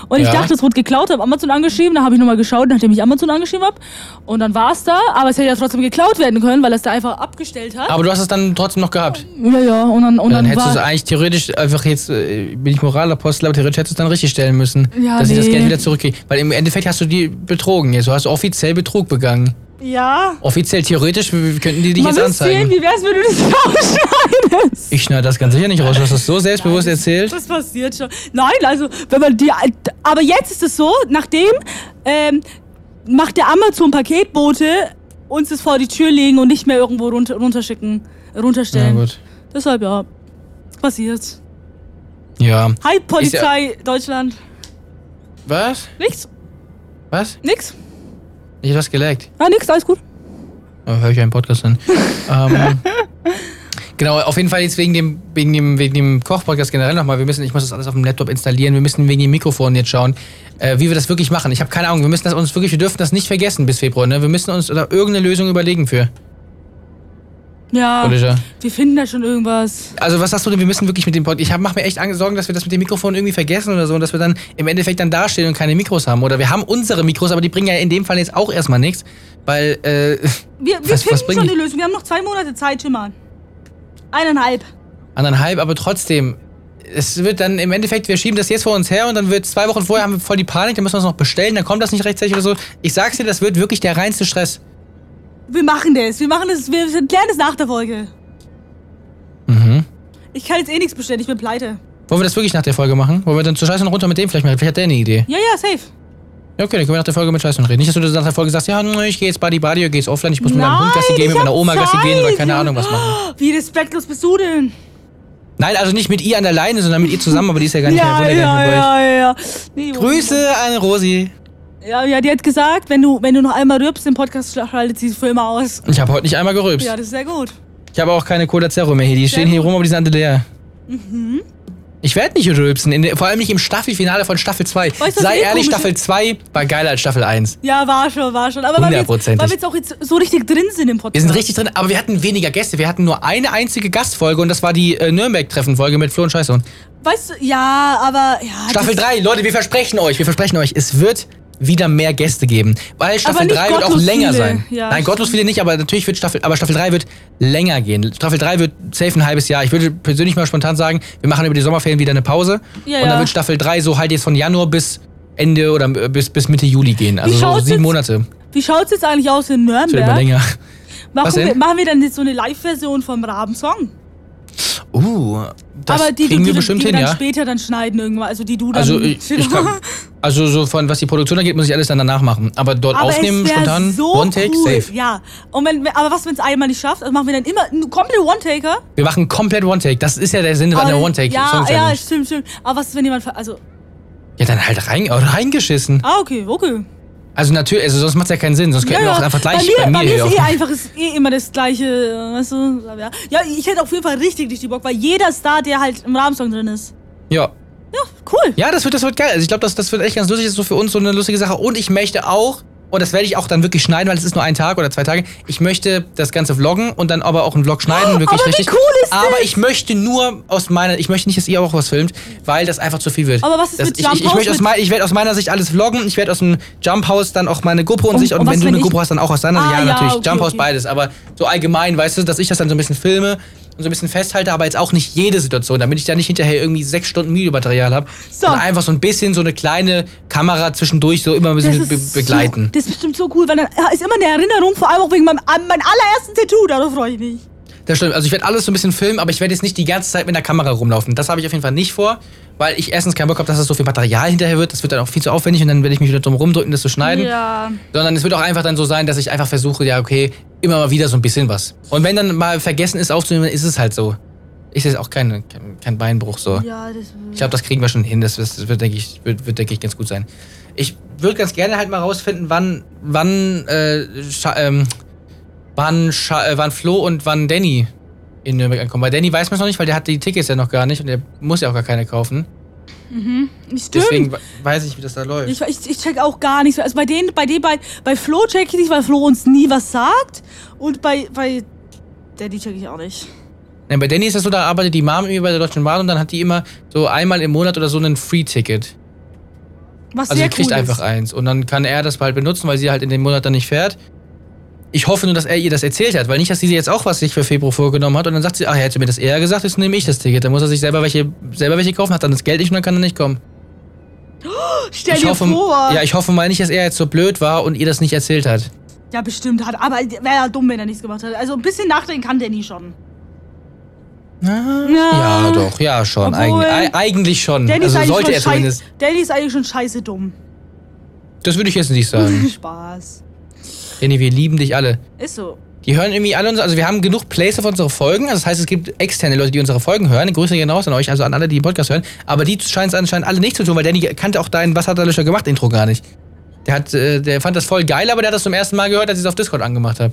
A: Und ich
C: Ja.
A: dachte, es wurde geklaut, habe Amazon angeschrieben. Da habe ich nochmal geschaut, nachdem ich Amazon angeschrieben habe. Und dann war es da. Aber es hätte ja trotzdem geklaut werden können, weil er es da einfach abgestellt hat.
C: Aber du hast es dann trotzdem noch gehabt.
A: ja, ja. Und dann, und dann,
C: Dann, hättest du es
A: war.
C: eigentlich theoretisch einfach jetzt, äh, bin ich Moralapostel, aber theoretisch hättest du es dann richtig stellen müssen,
A: Ja,
C: dass sie das
A: nee.
C: Geld wieder zurückkriegen. Weil im Endeffekt hast du die betrogen jetzt. Du hast offiziell Betrug begangen.
A: Ja.
C: Offiziell, theoretisch w- w- könnten die dich
A: Man
C: jetzt
A: müsste sehen,
C: anzeigen.
A: wie wär's, wenn du das rausschneidest?
C: Ich schneide das ganz sicher nicht raus. Du hast das so selbstbewusst erzählt.
A: Das passiert schon. Nein, also, wenn man die. Aber jetzt ist es so, nachdem ähm, macht der Amazon-Paketbote uns das vor die Tür legen und nicht mehr irgendwo runter, runterschicken,
C: Ja,
A: runterstellen.
C: gut.
A: Deshalb ja. Passiert.
C: Ja.
A: Hi, Polizei Deutschland.
C: Was?
A: Nix,
C: Was?
A: nix.
C: Ich hab was geleckt.
A: Ja, nix, Ah, alles gut.
C: Oh, Hör ich einen Podcast an. ähm, genau, auf jeden Fall jetzt wegen dem, wegen dem, wegen dem Koch-Podcast generell nochmal. Wir müssen, ich muss das alles auf dem Laptop installieren. Wir müssen wegen dem Mikrofon jetzt schauen, äh, wie wir das wirklich machen. Ich habe keine Ahnung. Wir müssen das uns wirklich, wir dürfen das nicht vergessen bis Februar. Ne? Wir müssen uns da irgendeine Lösung überlegen für.
A: Ja,
C: Politischer.
A: wir finden da schon irgendwas.
C: Also was sagst du denn, wir müssen wirklich mit dem Podcast... Ich mache mir echt Angst, Sorgen, dass wir das mit dem Mikrofon irgendwie vergessen oder so und dass wir dann im Endeffekt dann dastehen und keine Mikros haben. Oder wir haben unsere Mikros, aber die bringen ja in dem Fall jetzt auch erstmal nichts, weil... Äh,
A: Wir, wir
C: Was- was
A: finden
C: bring
A: schon
C: ich?
A: eine Lösung. Wir haben noch zwei Monate Zeit, Schimmern. Eineinhalb.
C: anderthalb, aber trotzdem... Es wird dann im Endeffekt, wir schieben das jetzt vor uns her und dann wird zwei Wochen vorher haben wir voll die Panik, dann müssen wir es noch bestellen, dann kommt das nicht rechtzeitig oder so. Ich sag's dir, das wird wirklich der reinste Stress.
A: Wir machen das. Wir machen das. Wir erklären das nach der Folge.
C: Mhm.
A: Ich kann jetzt eh nichts bestellen. Ich bin pleite.
C: Wollen wir das wirklich nach der Folge machen? Wollen wir dann zu Scheiße und runter mit dem vielleicht mal? reden? Vielleicht hat der eine Idee.
A: Ja, ja, safe.
C: Ja, okay, dann können wir nach der Folge mit Scheiße reden. Nicht, dass du nach der Folge sagst, ja, hm, ich gehe jetzt Buddy Buddy, ich gehe jetzt offline, ich muss mit meinem Hund Gassi
A: Nein,
C: gehen,
A: ich
C: mit meiner
A: hab
C: Oma Gassi gehen oder
A: Zeit.
C: keine Ahnung was machen.
A: Wie respektlos bist du denn?
C: Nein, also nicht mit ihr an der Leine, sondern mit ihr zusammen, aber die ist ja gar nicht mehr im Wundergarten bei euch.
A: ja, ja. Nee, wo-
C: Grüße an Rosi.
A: Ja, ja, die hat gesagt, wenn du, wenn du noch einmal rübst im Podcast, schaltet sie für immer aus.
C: Ich habe heute nicht einmal gerülpst.
A: Ja, das ist sehr gut.
C: Ich habe auch keine Cola Zero mehr hier. Die stehen
A: gut. Mhm.
C: hier rum, aber die sind alle leer. Ich werde nicht rülpsen, in der, vor allem nicht im Staffelfinale von Staffel 2.
A: du, was
C: Sei
A: eh
C: ehrlich,
A: komisch
C: Staffel 2 war geiler als Staffel 1.
A: Ja, war schon, war schon. Aber weil wir, jetzt,
C: Hundertprozentig.
A: weil wir jetzt auch jetzt so richtig drin sind im Podcast.
C: Wir sind richtig drin, aber wir hatten weniger Gäste. Wir hatten nur eine einzige Gastfolge und das war die äh, Nürnberg-Treffen-Folge mit Flo und Scheiße.
A: Weißt du, ja, aber. Ja,
C: Staffel
A: Ah, das-
C: 3, Leute, wir versprechen euch, wir versprechen euch, es wird wieder mehr Gäste geben. Weil Staffel
A: nicht
C: 3 wird auch
A: gottlos
C: länger
A: viele.
C: sein.
A: Ja,
C: Nein, gottlos viele nicht, aber natürlich wird Staffel, aber Staffel 3 wird länger gehen. Staffel 3 wird safe ein halbes Jahr. Ich würde persönlich mal spontan sagen, wir machen über die Sommerferien wieder eine Pause.
A: Ja,
C: und dann
A: ja.
C: wird Staffel 3 so halt jetzt von Januar bis Ende oder äh, bis, bis Mitte Juli gehen. Also so
A: schaut's
C: sieben
A: jetzt-
C: Monate.
A: Wie schaut's jetzt eigentlich aus in
C: Das wird immer
A: Nürnberg?
C: länger. Was
A: Machen
C: denn?
A: wir, machen wir dann jetzt so eine Live-Version vom Rabensong?
C: Uh, das
A: Aber die,
C: kriegen
A: du,
C: wir
A: die,
C: bestimmt
A: die
C: hin,
A: dann
C: ja.
A: später dann schneiden irgendwann. Also die du dann.
C: Also ich, ich kann, also so von was die Produktion angeht, muss ich alles dann danach machen. Aber dort
A: aber
C: aufnehmen,
A: es wär
C: spontan,
A: so
C: One Take,
A: cool.
C: safe.
A: Ja. Und wenn, wenn- aber was, wenn es einmal nicht schafft, also machen wir dann immer einen kompletten One-Taker.
C: Wir machen komplett One Take. Das ist ja der Sinn an der
A: Aber-
C: One Take Song
A: Oh, Ja,
C: Challenge.
A: ja,
C: Ja,
A: stimmt, stimmt. Aber was, wenn jemand. ver- Also,
C: dann halt rein, reingeschissen.
A: ah, okay, okay.
C: Also natürlich, also sonst macht's ja keinen Sinn. Sonst könnten wir auch einfach gleich
A: bei mir, bei mir
C: hier
A: ist eh
C: auf-
A: einfach ist eh immer das gleiche, äh, weißt du? Ja. ja, ich hätte auf jeden Fall richtig richtig Bock, weil jeder Star, der halt im Rahmensong drin ist.
C: Ja.
A: Cool.
C: Ja, das wird, das wird geil. Also ich glaube, das, das wird echt ganz lustig. Das ist so für uns so eine lustige Sache. Und ich möchte auch, und das werde ich auch dann wirklich schneiden, weil es ist nur ein Tag oder zwei Tage. Ich möchte das Ganze vloggen und dann aber auch einen Vlog schneiden, wirklich
A: Oh, aber wie
C: richtig.
A: cool ist
C: aber ich möchte nur aus meiner, ich möchte nicht, dass ihr auch was filmt, weil das einfach zu viel wird.
A: Aber was ist
C: das,
A: mit
C: ich,
A: Jump
C: ich, ich, möchte
A: House
C: aus mein, ich werde aus meiner Sicht alles vloggen. Ich werde aus dem Jump House dann auch meine GoPro und
A: Und-
C: sich und,
A: und
C: wenn
A: was,
C: du
A: wenn
C: eine
A: ich-
C: GoPro hast, dann auch aus deiner.
A: Ah,
C: ja,
A: ja,
C: natürlich.
A: okay,
C: Jump House
A: okay.
C: beides, aber so allgemein, weißt du, dass ich das dann so ein bisschen filme. Und so ein bisschen festhalte, aber jetzt auch nicht jede Situation, damit ich da nicht hinterher irgendwie sechs Stunden Videomaterial habe.
A: So.
C: So. Und einfach so ein bisschen so eine kleine Kamera zwischendurch so immer ein bisschen be begleiten.
A: So, das ist bestimmt so cool, weil dann ist immer eine Erinnerung, vor allem auch wegen meinem an- mein allerersten Tattoo, darauf freue ich mich.
C: Das stimmt. Also ich werde alles so ein bisschen filmen, aber ich werde jetzt nicht die ganze Zeit mit einer Kamera rumlaufen. Das habe ich auf jeden Fall nicht vor, weil ich erstens keinen Bock habe, dass das so viel Material hinterher wird. Das wird dann auch viel zu aufwendig und dann werde ich mich wieder drum rumdrücken, das zu schneiden.
A: Ja.
C: Sondern es wird auch einfach dann so sein, dass ich einfach versuche, ja, okay, immer mal wieder so ein bisschen was. Und wenn dann mal vergessen ist aufzunehmen, dann ist es halt so. Ist jetzt auch kein, kein, kein Beinbruch so.
A: Ja, das
C: Ich glaube, das kriegen wir schon hin. Das, das, das wird, denke ich, wird, wird, denke ich, ganz gut sein. Ich würde ganz gerne halt mal rausfinden, wann, wann, äh, Scha ähm, wann, Scha äh, wann Flo und wann Danny in Nürnberg ankommen. Bei Danny weiß man es noch nicht, weil der hat die Tickets ja noch gar nicht und der muss ja auch gar keine kaufen.
A: stimmt.
C: Deswegen we- weiß ich, wie das da läuft.
A: ich, ich, ich check auch gar nichts. Also bei denen, bei denen, bei, bei Flo check ich nicht, weil Flo uns nie was sagt. Und bei, bei Daddy check ich auch nicht.
C: Nein, bei Danny ist das so, da arbeitet die Mom irgendwie bei der Deutschen Bahn und dann hat die immer so einmal im Monat oder so ein Free-Ticket.
A: Was
C: Also
A: sehr
C: er kriegt
A: cool
C: einfach
A: ist.
C: eins und dann kann er das halt benutzen, weil sie halt in dem Monat dann nicht fährt. Ich hoffe nur, dass er ihr das erzählt hat, weil nicht, dass sie jetzt auch was sich für Februar vorgenommen hat und dann sagt sie, ach, er hätte mir das eher gesagt, jetzt nehme ich das Ticket. Dann muss er sich selber welche, selber welche kaufen, hat dann das Geld nicht und dann kann er nicht kommen.
A: Stell
C: ich
A: dir
C: hoffe,
A: vor.
C: ja, ich hoffe mal nicht, dass er jetzt so blöd war und ihr das nicht erzählt hat.
A: Ja, bestimmt hat. Aber wäre ja dumm, wenn er nichts gemacht hat. Also ein bisschen nachdenken kann Danny schon.
C: Ja, doch, ja schon.
A: Ah. Obwohl-
C: Eig ei- eigentlich schon.
A: Danny, ist
C: also
A: eigentlich
C: sollte
A: schon
C: er
A: schei-
C: zumindest.
A: Danny ist eigentlich schon scheiße dumm.
C: Das würde ich jetzt nicht sagen.
A: Spaß.
C: Danny, wir lieben dich alle.
A: Ist so.
C: Die hören irgendwie alle unsere, also wir haben genug Plays auf unsere Folgen. Also das heißt, es gibt externe Leute, die unsere Folgen hören. Grüße gehen raus an euch, also an alle, die den Podcast hören. Aber die scheinen es anscheinend alle nicht zu tun, weil Danny kannte auch dein Was hat der Löscher gemacht Intro gar nicht. Der, hat, äh, der fand das voll geil, aber der hat das zum ersten Mal gehört, als ich es auf Discord angemacht habe.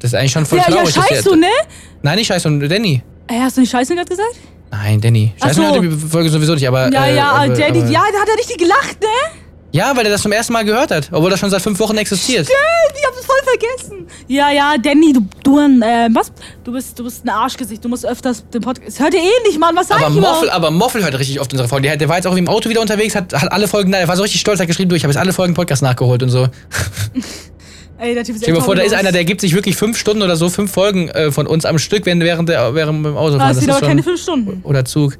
C: Das ist eigentlich schon voll
A: Ja, ja,
C: traurig. dass der-
A: scheiße, du, ne?
C: Nein, nicht Scheiße, und Danny.
A: Ey, hast du nicht scheiße gerade gesagt?
C: Nein, Danny.
A: Ach
C: Scheiße
A: so.
C: hört die Folge sowieso nicht, aber.
A: Ja,
C: äh,
A: ja,
C: aber,
A: Danny,
C: aber,
A: ja, da hat er richtig gelacht, ne?
C: Ja, weil er das zum ersten Mal gehört hat, obwohl das schon seit fünf Wochen existiert.
A: Ich hab das voll vergessen. Ja, ja, Danny, du, du ein, äh, was? Du bist, du bist ein Arschgesicht. Du musst öfters den Podcast. Es hört ihr eh nicht, Mann. Was sag
C: Aber
A: ich überhaupt?
C: Moffel, aber Moffel hört richtig oft unsere Folgen. Der, der war jetzt auch im Auto wieder unterwegs, hat, hat alle Folgen, er war so richtig stolz, hat geschrieben, du, ich habe jetzt alle Folgen Podcast nachgeholt und so.
A: Ey, der Typ ist
C: Stell dir mal vor, da ist einer,
A: der.
C: der gibt sich wirklich fünf Stunden oder so, fünf Folgen äh, von uns am Stück, während, während, der, während im Auto
A: Das
C: Das
A: sind
C: ist
A: aber keine
C: schon,
A: fünf Stunden.
C: oder Zug.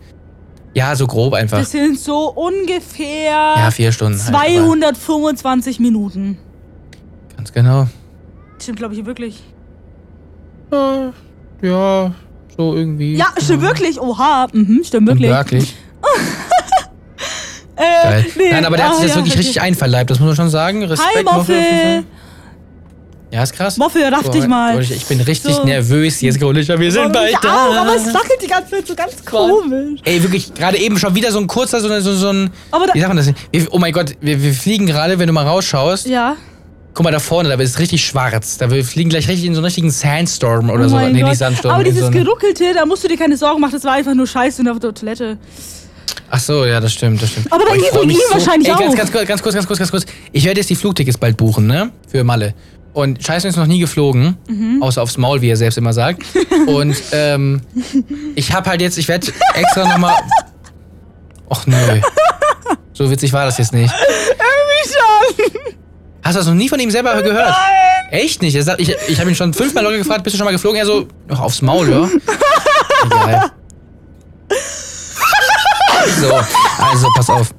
C: Ja, so grob einfach.
A: Das sind so ungefähr
C: ja, vier Stunden. Halt, aber
A: 225 Minuten.
C: ganz genau.
A: Stimmt, glaube ich, wirklich.
C: Ja, so irgendwie.
A: Ja, stimmt wirklich. Oha, mhm, stimmt
C: Und
A: wirklich.
C: Wirklich.
A: Äh,
C: Geil.
A: nee,
C: Nein, aber der hat
A: ah,
C: sich das
A: ja,
C: wirklich
A: okay.
C: richtig einverleibt, das muss man schon sagen. Respekt,
A: Hi,
C: Moffel, auf jeden Fall.
A: Moffel.
C: Ja, ist krass.
A: Moffel, raff dich mal.
C: Ich, ich bin richtig
A: So.
C: nervös, Jesko und ich, aber wir sind
A: Und
C: bald
A: ich
C: da.
A: auch, aber es wackelt die ganze Zeit so ganz komisch.
C: Ey, wirklich, gerade eben schon wieder so ein kurzer, so, so, so ein.
A: Aber da-
C: wie sagt man das denn? Wir, oh mein Gott, wir, wir fliegen gerade, wenn du mal rausschaust.
A: Ja.
C: Guck mal da vorne, da ist es richtig schwarz. Da wir fliegen gleich richtig in so einen richtigen Sandstorm oder
A: Oh
C: so.
A: mein
C: Nee, nicht
A: Gott.
C: Sandstorm.
A: aber
C: in so
A: dieses
C: einen-
A: Geruckelte, da musst du dir keine Sorgen machen, das war einfach nur Scheiße in der Toilette.
C: Ach so, ja, das stimmt, das stimmt.
A: Aber da
C: Boah, ich
A: ist
C: freu
A: so ein
C: mich
A: I wahrscheinlich
C: Ey, ganz,
A: auch.
C: ganz, kurz, ganz kurz, ganz kurz, ganz kurz. Ich werde jetzt die Flugtickets bald buchen, ne? Für Malle. Und Scheiße ist noch nie geflogen,
A: Mhm.
C: außer aufs Maul, wie er selbst immer sagt. Und ähm, ich habe halt jetzt, ich werde extra nochmal. Och nö. So witzig war das jetzt nicht. Hast du das noch nie von ihm selber
A: Äh,
C: gehört? Nein. Echt nicht? Er sagt, ich ich habe ihn schon fünfmal Leute gefragt, bist du schon mal geflogen? Er so, noch aufs Maul, ja. Egal. So, also pass auf.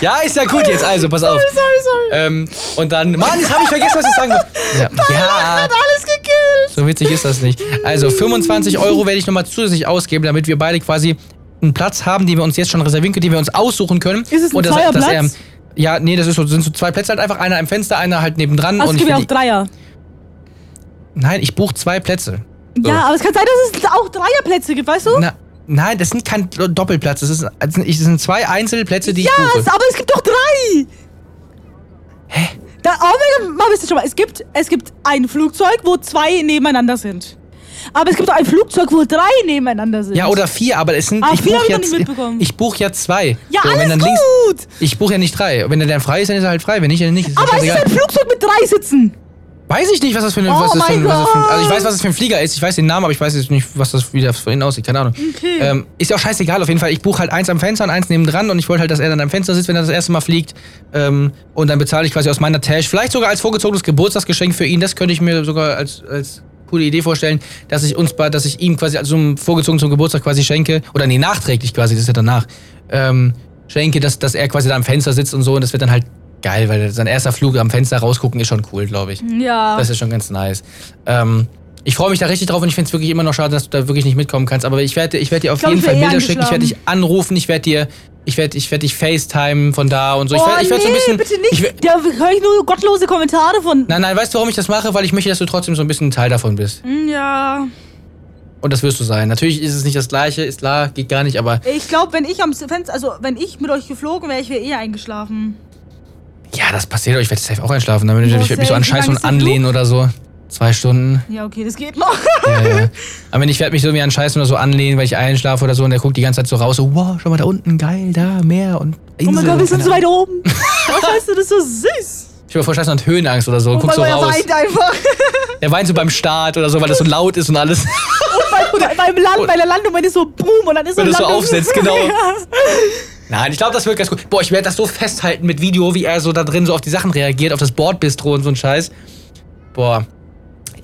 C: Ja, ist ja gut jetzt, also pass auf.
A: Sorry, sorry.
C: Ähm, und dann, Mann, jetzt habe ich vergessen, was ich sagen wollte. Ja, ja,
A: Alles gekillt.
C: so witzig ist das nicht. Also 25 Euro werde ich nochmal zusätzlich ausgeben, damit wir beide quasi einen Platz haben, den wir uns jetzt schon reservieren können, den wir uns aussuchen können.
A: Ist es ein
C: Und dass-
A: freier
C: dass er-
A: Platz?
C: ja, nee, das ist so, sind so zwei Plätze halt einfach, einer im Fenster, einer halt nebendran.
A: Also es
C: und ich
A: gibt ja auch
C: find
A: Dreier.
C: die, nein, ich buche zwei Plätze.
A: Ja, aber es kann sein, dass es auch Dreierplätze gibt, weißt du?
C: Na, nein, das sind kein Doppelplatz, das, ist, das sind- ich- das sind zwei Einzelplätze, die ich
A: ja,
C: buche.
A: es, aber es gibt doch drei. Hä? Da, oh mein Gott, mal wisst ihr schon mal. Es gibt, es gibt ein Flugzeug, wo zwei nebeneinander sind. Aber es gibt auch ein Flugzeug, wo drei nebeneinander sind.
C: Ja, oder vier, aber es sind.
A: Ah,
C: ich
A: vier hab
C: buche
A: ich
C: ja,
A: noch nicht
C: z-
A: mitbekommen.
C: ich buch ja zwei.
A: Ja,
C: So,
A: alles
C: wenn dann
A: gut.
C: links- ich buche ja nicht drei. Wenn er dann frei ist, dann ist er halt frei. Wenn nicht, dann nicht. Ist ja
A: aber es ist
C: scheißegal.
A: ein Flugzeug mit drei Sitzen.
C: Weiß ich nicht, was das für ein.
A: Oh
C: was das für ein,
A: mein
C: was das für ein also, ich
A: Gott.
C: weiß, was das für ein Flieger ist. Ich weiß den Namen, aber ich weiß jetzt nicht, was das wieder von innen aussieht. Keine Ahnung.
A: Okay.
C: Ähm, ist ja auch scheißegal. Auf jeden Fall, ich buche halt eins am Fenster und eins nebendran. Und ich wollte halt, dass er dann am Fenster sitzt, wenn er das erste Mal fliegt. Ähm, und dann bezahle ich quasi aus meiner Tasche. Vielleicht sogar als vorgezogenes Geburtstagsgeschenk für ihn. Das könnte ich mir sogar als. als coole Idee vorstellen, dass ich uns, bei- dass ich ihm quasi als so ein vorgezogen zum Geburtstag quasi schenke oder nee nachträglich quasi, das ist ja danach ähm, schenke, dass, dass er quasi da am Fender sitzt und so und das wird dann halt geil, weil sein erster Flug am Fenster rausgucken ist schon cool, glaube
A: Mhm.
C: ich.
A: Ja.
C: Das ist schon ganz nice. Ähm, ich freue mich da richtig drauf und ich finde es wirklich immer noch schade, dass du da wirklich nicht mitkommen kannst. Aber ich werde ich werd dir auf
A: glaub,
C: jeden
A: ich
C: Fall
A: wär eher
C: Bilder schicken, ich werde dich anrufen, ich werde dir. Ich werde ich werd dich FaceTime von da und so. ich
A: oh,
C: werd, ich werd
A: nee,
C: so ein bisschen,
A: bitte
C: Ich,
A: nicht.
C: werd-
A: da höre ich nur gottlose Kommentare von.
C: nein, nein, weißt du, warum ich das mache? Weil ich möchte, dass du trotzdem so ein bisschen Teil davon bist.
A: Hm, Ja.
C: Und das wirst du sein. Natürlich ist es nicht das Gleiche, ist klar, geht gar nicht, aber
A: Ich glaube, wenn ich am Fenster, also wenn ich mit euch geflogen wäre, ich wäre eher eingeschlafen.
C: ja, das passiert doch. Ich werde safe auch einschlafen. ne? Damit ich
A: Boah,
C: werde mich so
A: safe.
C: an
A: Wie lang
C: Scheiß
A: ist
C: und
A: der
C: anlehnen oder so. Zwei Stunden.
A: Ja, okay, das geht noch.
C: Ja, ja. Aber ich werde mich so irgendwie an Scheißen oder so anlehnen, weil ich einschlafe oder so und der guckt die ganze Zeit so raus, so, wow, schau mal da unten, geil, da, Meer und Insel.
A: Oh mein Gott, wir sind
C: Keine
A: so
C: Ahnung.
A: weit oben. Oh, scheiße, das ist so süß.
C: Ich bin voll Scheißen und Höhenangst oder so,
A: Oh
C: guck
A: mein
C: so
A: Gott, er
C: raus.
A: weint einfach.
C: Der weint so beim Start oder so, weil das so laut ist und alles.
A: Bei- beim Land, bei der Landung, wenn es so boom und dann ist so
C: Wenn du so
A: Landung.
C: aufsetzt, genau.
A: Ja.
C: Nein, ich glaube, das wird ganz gut. Boah, ich werde das so festhalten mit Video, wie er so da drin so auf die Sachen reagiert, auf das Bordbistro und so ein Scheiß. Boah.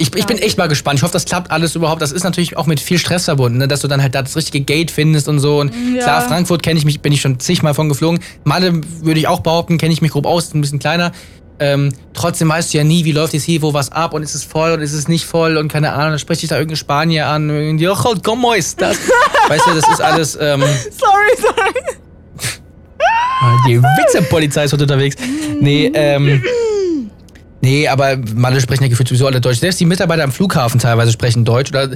C: Ich, ich bin echt mal gespannt. Ich hoffe, das klappt alles überhaupt. Das ist natürlich auch mit viel Stress verbunden, ne? dass du dann halt da das richtige Gate findest und so. Und
A: Ja.
C: klar, Frankfurt kenne ich mich, bin ich schon zigmal von geflogen. Malle würde ich auch behaupten, kenne ich mich grob aus, ist ein bisschen kleiner. Ähm, trotzdem weißt du ja nie, wie läuft jetzt hier, wo was ab und ist es voll und ist es nicht voll und keine Ahnung, dann spreche ich da irgendeinen Spanier an. irgendwie, "Oh, "Ojo, ¿Cómo estás? weißt du, das ist alles. Ähm,
A: Sorry, sorry.
C: Ah, die Witzepolizei ist heute unterwegs. Nee, ähm. Nee, aber Malle sprechen ja gefühlt sowieso alle Deutsch. Selbst die Mitarbeiter am Flughafen teilweise sprechen Deutsch. Oder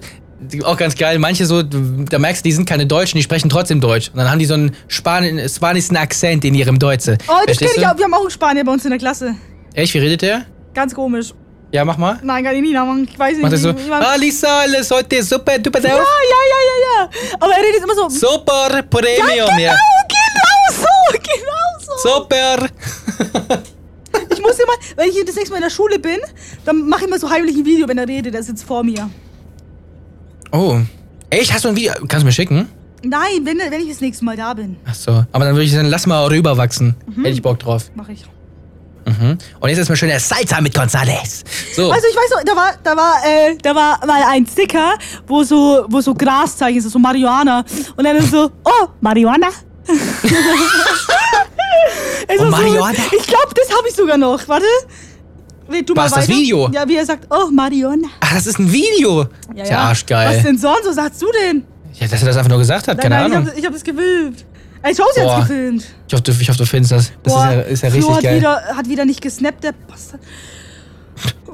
C: auch ganz geil, manche so, da merkst du, die sind keine Deutschen, die sprechen trotzdem Deutsch. Und dann haben die so einen Span spanischen Akzent in ihrem Deutsche.
A: Oh, das
C: Verstehst
A: kenne ich
C: du?
A: auch. Wir haben auch einen Spanier bei uns in der Klasse.
C: Echt, wie redet der?
A: Ganz komisch.
C: Ja, mach mal.
A: Nein, kann ich nie nachmachen. Ich weiß nicht.
C: Macht er so,
A: ich- ich- ich-
C: ah, Lisa, alles heute super, du bist
A: ja, ja, ja, ja, ja. Aber er redet immer so.
C: super Premium, ja,
A: Genau, genau so, genau so.
C: super.
A: Ich muss immer, wenn ich das nächste Mal in der Schule bin, dann mache ich immer so heimlich ein Video, wenn er redet. Der sitzt vor mir.
C: Oh, echt, hast du ein Video? Kannst du mir schicken?
A: Nein, wenn, wenn ich das nächste Mal da bin,
C: Ach so. Aber dann würde ich sagen, lass mal rüberwachsen.
A: Mhm.
C: Hätte ich Bock drauf.
A: mache ich.
C: Mhm. Und jetzt erstmal schön der Salsa mit Gonzales. So.
A: Also ich weiß noch, da war, da war, äh, da war mal ein Sticker, wo so, wo so Graszeichen ist, so Marihuana. Und dann ist so, oh, Marihuana. Es
C: Oh,
A: war
C: Marihuana.
A: So, ich glaube, das habe ich sogar noch. Warte. Red du
C: Was,
A: mal
C: das
A: weiter.
C: Video?
A: Ja, wie er sagt, oh, Marihuana.
C: Ach, das ist ein Video. Ja, ja. arschgeil.
A: Was denn sonst? Was sagst du denn?
C: Ja, dass er das einfach nur gesagt hat, keine
A: nein,
C: Ahnung.
A: Ich habe es gefilmt. Ich hab's jetzt
C: Boah.
A: gefilmt.
C: Ich hoffe, du, ich hoffe, du findest das. Das
A: Boah,
C: ist ja, ist ja
A: Flo
C: richtig
A: hat
C: geil.
A: Wieder, hat wieder nicht gesnappt, der Bastard.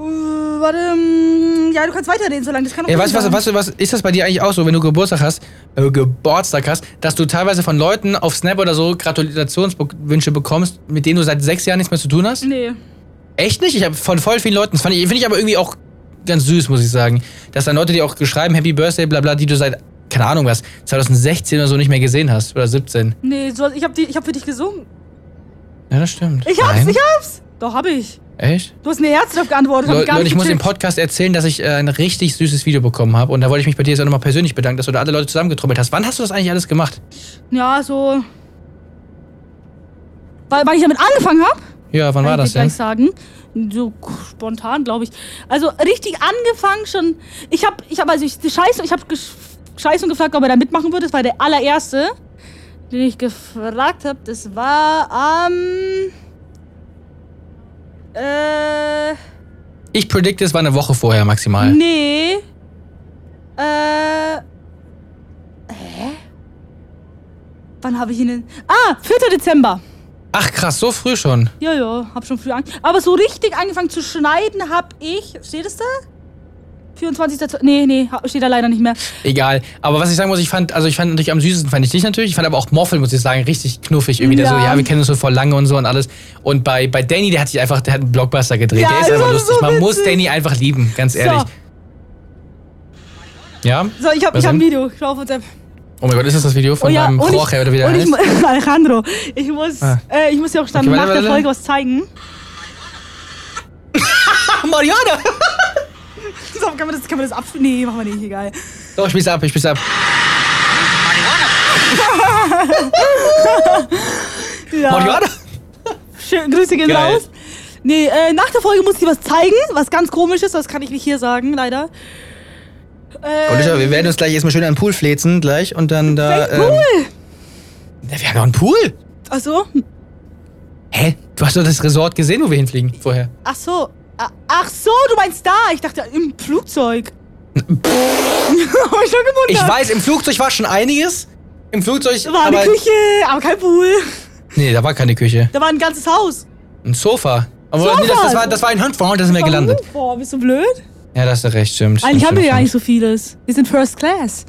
A: Uh, warte, mm, ja, du kannst weiterreden, solange das kann auch
C: Ja,
A: gut
C: weißt du, was,
A: sein.
C: weißt du, was ist das bei dir eigentlich auch so, wenn du Geburtstag hast, äh, Geburtstag hast, dass du teilweise von Leuten auf Snap oder so Gratulationswünsche bekommst, mit denen du seit sechs Jahren nichts mehr zu tun hast?
A: Nee.
C: Echt nicht? Ich habe von voll vielen Leuten, das fand ich, finde ich aber irgendwie auch ganz süß, muss ich sagen. Dass dann Leute dir auch geschrieben, Happy Birthday, bla bla, die du seit, keine Ahnung was, 2016 oder so nicht mehr gesehen hast. Oder 17.
A: Nee, so, ich, hab die, ich hab für dich gesungen.
C: Ja, das stimmt.
A: Ich hab's,
C: Nein?
A: ich hab's. Doch, hab ich.
C: Echt?
A: Du hast mir Herz drauf geantwortet. hab
C: Le
A: ich gar
C: Leute,
A: nicht
C: ich muss im
A: gecheckt.
C: Podcast erzählen, dass ich äh, ein richtig süßes Video bekommen habe. Und da wollte ich mich bei dir jetzt auch nochmal persönlich bedanken, dass du da alle Leute zusammengetrommelt hast. Wann hast du das eigentlich alles gemacht?
A: Ja, so Weil, weil ich damit angefangen habe.
C: Ja, wann war
A: kann
C: das
A: ich dir
C: denn?
A: gleich sagen. So k- spontan, glaube ich. Also richtig angefangen schon. Ich habe, ich habe also ich Scheiße, ich habe Scheiße gefragt, ob er da mitmachen würde. Das war der allererste, den ich gefragt habe. Das war am äh
C: Ich predikte, es war eine Woche vorher maximal.
A: nee. Äh Hä? Wann habe ich ihn denn? Ah, 4. Dezember.
C: Ach krass, so früh schon.
A: Ja, ja, hab schon früh angefangen. Aber so richtig angefangen zu schneiden hab ich. Steht es da? 24. Nee, nee, ha- steht da leider nicht mehr.
C: Egal. Aber was ich sagen muss, ich fand, also ich fand natürlich am süßesten fand ich dich natürlich. Ich fand aber auch Morphel, muss ich sagen, richtig knuffig. Irgendwie der
A: Ja.
C: so, ja, wir kennen uns so vor lange und so und alles. Und bei, bei Danny, der hat sich einfach, der hat einen Blockbuster gedreht.
A: Ja,
C: der ist
A: das
C: einfach
A: war
C: lustig.
A: so
C: Man muss
A: witzig.
C: Danny einfach lieben, ganz ehrlich. Ja?
A: So, so ich hab,
C: Was
A: ich hab ein
C: denn?
A: Video. Schau auf WhatsApp.
C: Oh mein Gott, ist das das Video von meinem
A: und
C: Krocher
A: ich,
C: oder wie der
A: und ich,
C: heißt?
A: mu- Alejandro, ich muss,
C: Ah.
A: äh, ich muss dir auch dann
C: Okay,
A: nach
C: warte,
A: der
C: warte.
A: Folge was zeigen.
C: Ach, Mariana!
A: So, kann man das, kann man das abspielen? Nee, machen wir nicht, egal.
C: Doch, ich spiel's ab, ich spiel's ab.
A: Ja.
C: Mariana!
A: Äh. Schön, Grüße gehen
C: Geil.
A: raus. Nee, äh, nach der Folge muss ich dir was zeigen, was ganz komisch ist, das kann ich nicht hier sagen, leider. Äh,
C: Und ich, wir werden äh, uns gleich erstmal schön an den Pool flezen gleich und dann da.
A: Welchen Pool?
C: Ähm, ja, wir haben noch einen Pool!
A: ach so,
C: Hä? Du hast doch das Resort gesehen, wo wir hinfliegen vorher.
A: Ach so. A- Ach so, du meinst da. Ich dachte, im Flugzeug. Hab ich schon gewundert.
C: Ich weiß, im Flugzeug war schon einiges. Im Flugzeug.
A: Da war
C: aber,
A: eine Küche, aber kein Pool.
C: Nee, da war keine Küche.
A: Da war ein ganzes Haus.
C: Ein Sofa. Aber
A: Sofa!
C: Nee, das, das, war, das war ein Handfront, da sind wir gelandet.
A: Warum? Boah, bist du blöd?
C: Ja, das ist recht, stimmt.
A: Eigentlich
C: stimmt,
A: haben wir ja
C: stimmt,
A: gar nicht so vieles. Wir sind First Class.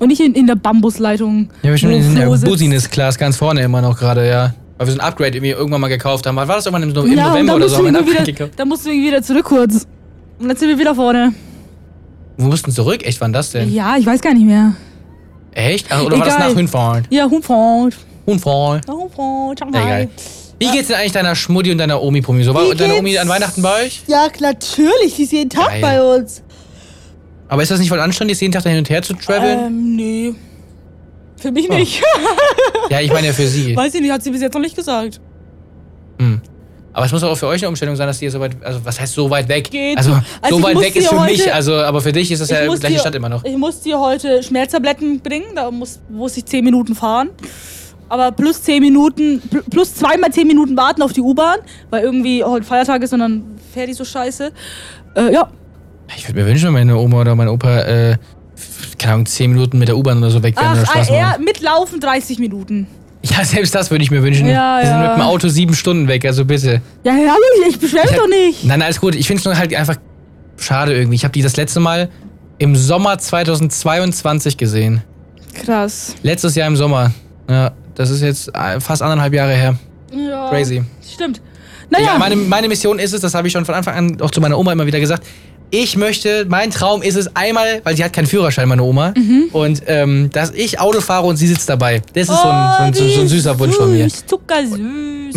A: Und nicht in, in der Bambusleitung.
C: Ja, wir sind
A: wo
C: in der
A: Flo sitzt.
C: Business-Class ganz vorne immer noch gerade, ja. Weil wir so ein Upgrade irgendwie irgendwann mal gekauft haben. War das irgendwann im, no im
A: Ja, und
C: November
A: dann
C: oder so?
A: musst, du
C: Haben wir ein
A: irgendwie
C: Upgrade
A: wieder,
C: gekauft.
A: dann musst du irgendwie wieder zurück kurz. Und dann sind wir wieder vorne.
C: Wir mussten zurück? Echt, wann das denn?
A: Ja, ich weiß gar nicht mehr.
C: Echt? Ach, oder war das
A: Egal.
C: nach Hünfort?
A: Ja, Hundfreund.
C: Hünfort.
A: Hundfreund,
C: Egal.
A: Shanghai.
C: Wie geht's denn eigentlich deiner Schmutti und deiner Omi Promi? So, war
A: Wie
C: deine Omi
A: geht's?
C: an Weihnachten bei euch?
A: Ja, natürlich. Die ist jeden Tag
C: Geil.
A: bei uns.
C: Aber ist das nicht voll anständig, jeden Tag da hin und her zu traveln?
A: Ähm, nee. Für mich
C: Ah,
A: nicht.
C: Ja, ich meine ja für sie.
A: Weiß ich nicht, hat sie bis jetzt noch nicht gesagt.
C: Aber es muss auch für euch eine Umstellung sein, dass ihr so weit, also was heißt so weit weg?
A: Geht
C: also
A: so.
C: so
A: Also ich
C: weit
A: muss
C: weg ist
A: dir
C: für mich,
A: heute-
C: also aber für dich ist das ja
A: muss
C: gleiche
A: dir-
C: Stadt immer noch.
A: Ich muss dir heute Schmerztabletten bringen, da muss, muss ich 10 Minuten fahren. Aber plus 10 Minuten, pl- plus zweimal 10 Minuten warten auf die U-Bahn, weil irgendwie heute Feiertag ist und dann fährt die so scheiße. Äh, ja,
C: Ich würde mir wünschen, wenn meine Oma oder mein Opa, äh, keine Ahnung, 10 Minuten mit der U-Bahn oder so weg wären oder
A: ach, ah,
C: Straßenbahn.
A: er, mitlaufen 30 Minuten.
C: Ja, selbst das würde ich mir wünschen.
A: Ja,
C: Wir sind
A: ja.
C: mit dem Auto sieben Stunden weg, also bitte.
A: Ja, ja, ich beschwere mich
C: Ich hab-
A: doch nicht.
C: Nein, alles gut. Ich finde es nur halt einfach schade irgendwie. Ich habe die das letzte Mal im Sommer 2022 gesehen. Hm.
A: Krass.
C: Letztes Jahr im Sommer. Ja, das ist jetzt äh, fast anderthalb Jahre her.
A: Ja,
C: Crazy.
A: Stimmt.
C: Ja,
A: Naja,
C: meine, meine Mission ist es, das habe ich schon von Anfang an auch zu meiner Oma immer wieder gesagt. Ich möchte, mein Traum ist es einmal, weil sie hat keinen Führerschein, meine Oma, und ähm, dass ich Auto fahre und sie sitzt dabei. Das ist so, ein, so, ein, so ein süßer Wunsch von mir.
A: Oh, Süß, zuckersüß.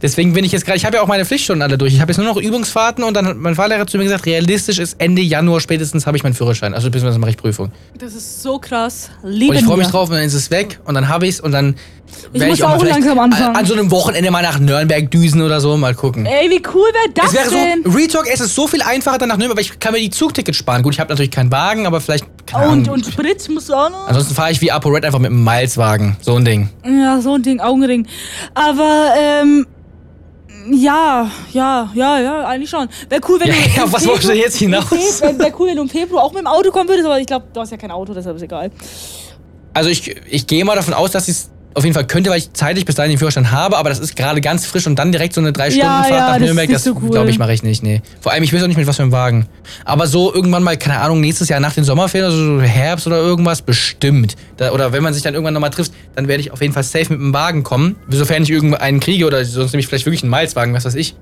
C: Deswegen bin ich jetzt gerade, ich habe ja auch meine Pflichtstunden alle durch. Ich habe jetzt nur noch Übungsfahrten und dann hat mein Fahrlehrer zu mir gesagt, realistisch ist Ende Januar spätestens habe ich meinen Führerschein. Also beziehungsweise mache ich Prüfung.
A: Das ist so krass. Liebe
C: Und ich freue mich drauf und dann ist es weg und dann habe ich es und dann
A: Ich
C: werd
A: muss
C: mal
A: auch
C: vielleicht
A: langsam anfangen.
C: An so einem Wochenende mal nach Nürnberg düsen oder so, mal gucken.
A: Ey, wie cool wäre das
C: Es wäre
A: denn?
C: so, Retalk, es ist so viel einfacher danach nehmen, aber ich kann mir die Zugtickets sparen. Gut, ich habe natürlich keinen Wagen, aber vielleicht. Keine
A: und,
C: Ahnung.
A: und Sprit muss auch noch.
C: Ansonsten fahre ich wie Apo Red einfach mit einem Malzwagen. So ein Ding.
A: Ja, so ein Ding, Augenring. Aber, ähm, ja, ja, ja, ja, eigentlich schon. Wäre cool, wenn
C: Ja,
A: du.
C: ja,
A: im
C: was wolltest du jetzt hinaus?
A: Wäre wär cool, wenn du im Februar auch mit dem Auto kommen würdest, aber ich glaube, du hast ja kein Auto, deshalb ist egal.
C: Also ich, ich gehe mal davon aus, dass ich es auf jeden Fall könnte, weil ich zeitlich bis dahin den Führerschein habe, aber das ist gerade ganz frisch und dann direkt so eine drei stunden fahrt
A: ja, das
C: nach
A: ist
C: Nürnberg,
A: nicht
C: das,
A: so cool.
C: glaube ich, mache ich nicht, nee. Vor allem, ich weiß auch nicht mit was für einem Wagen. Aber so irgendwann mal, keine Ahnung, nächstes Jahr nach den Sommerferien, also so Herbst oder irgendwas, bestimmt. Da, oder wenn man sich dann irgendwann nochmal trifft, dann werde ich auf jeden Fall safe mit einem Wagen kommen, sofern ich irgendeinen kriege oder sonst nehme ich vielleicht wirklich einen Malzwagen, was weiß ich.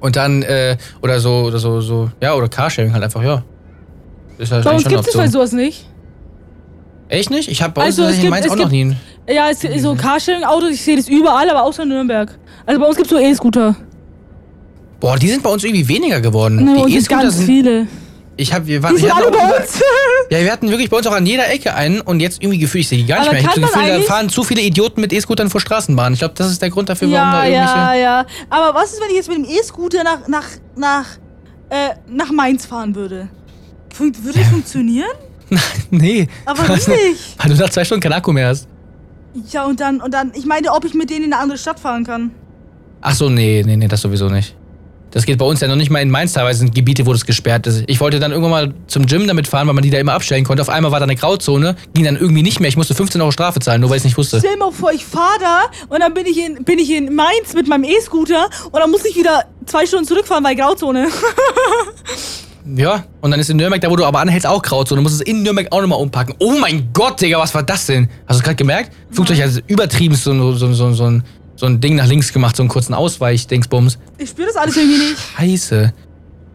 C: Und dann, äh, oder so, oder so, so, ja, oder Carsharing halt einfach, ja. Ist halt
A: Bei
C: eigentlich
A: uns
C: schon eine
A: gibt es
C: Option.
A: bei sowas nicht.
C: Echt nicht? Ich habe bei uns
A: Also, es
C: tatsächlich
A: gibt-
C: in Mainz
A: es
C: auch noch
A: gibt-
C: nie. einen-
A: Ja, es
C: Mhm.
A: ist so Carsharing-Autos, ich sehe das überall, aber außer in Nürnberg. Also bei uns gibt es nur E-Scooter.
C: Boah, die sind bei uns irgendwie weniger geworden.
A: Ne, bei uns
C: die
A: sind
C: E-Scooter
A: ganz
C: sind. Ah,
A: viele.
C: Ich hab, wir waren,
A: Die sind
C: ich hatte
A: alle
C: auch
A: bei
C: überall-
A: uns.
C: Ja, wir hatten wirklich bei uns auch an jeder Ecke einen und jetzt irgendwie gefühle ich sie gar nicht
A: Aber
C: mehr. Ich hab
A: kann
C: so
A: man
C: Gefühl, da
A: eigentlich-
C: fahren zu viele Idioten mit E-Scootern vor Straßenbahnen. Ich glaube, das ist der Grund dafür,
A: Ja,
C: warum da irgendwelche.
A: ja, ja. Aber was ist, wenn ich jetzt mit dem E-Scooter nach, nach, nach, äh, nach Mainz fahren würde? Fun würde das funktionieren?
C: Nee.
A: Aber richtig.
C: Weil du nach zwei Stunden keinen Akku mehr hast.
A: Ja, und dann, und dann, ich meine, ob ich mit denen in eine andere Stadt fahren kann.
C: Ach so, nee, nee, nee, das sowieso nicht. Das geht bei uns ja noch nicht mal in Mainz teilweise sind Gebiete, wo das gesperrt ist. Ich wollte dann irgendwann mal zum Gym damit fahren, weil man die da immer abstellen konnte. Auf einmal war da eine Grauzone, ging dann irgendwie nicht mehr. Ich musste 15 Euro Strafe zahlen, nur weil ich es nicht wusste.
A: Stell dir mal vor, ich fahre da und dann bin ich, in, bin ich in Mainz mit meinem E-Scooter und dann muss ich wieder zwei Stunden zurückfahren bei Grauzone.
C: Ja, und dann ist in Nürnberg, da wo du aber anhältst, auch Grauzone. Du musst es in Nürnberg auch nochmal umpacken. Oh mein Gott, Digga, was war das denn? Hast du es gerade gemerkt? Flugzeug hat übertrieben so, ein- so, ein- so, ein- so, ein- so ein Ding nach links gemacht, so einen kurzen Ausweich-Dingsbums.
A: Ich spüre das alles irgendwie nicht.
C: Scheiße.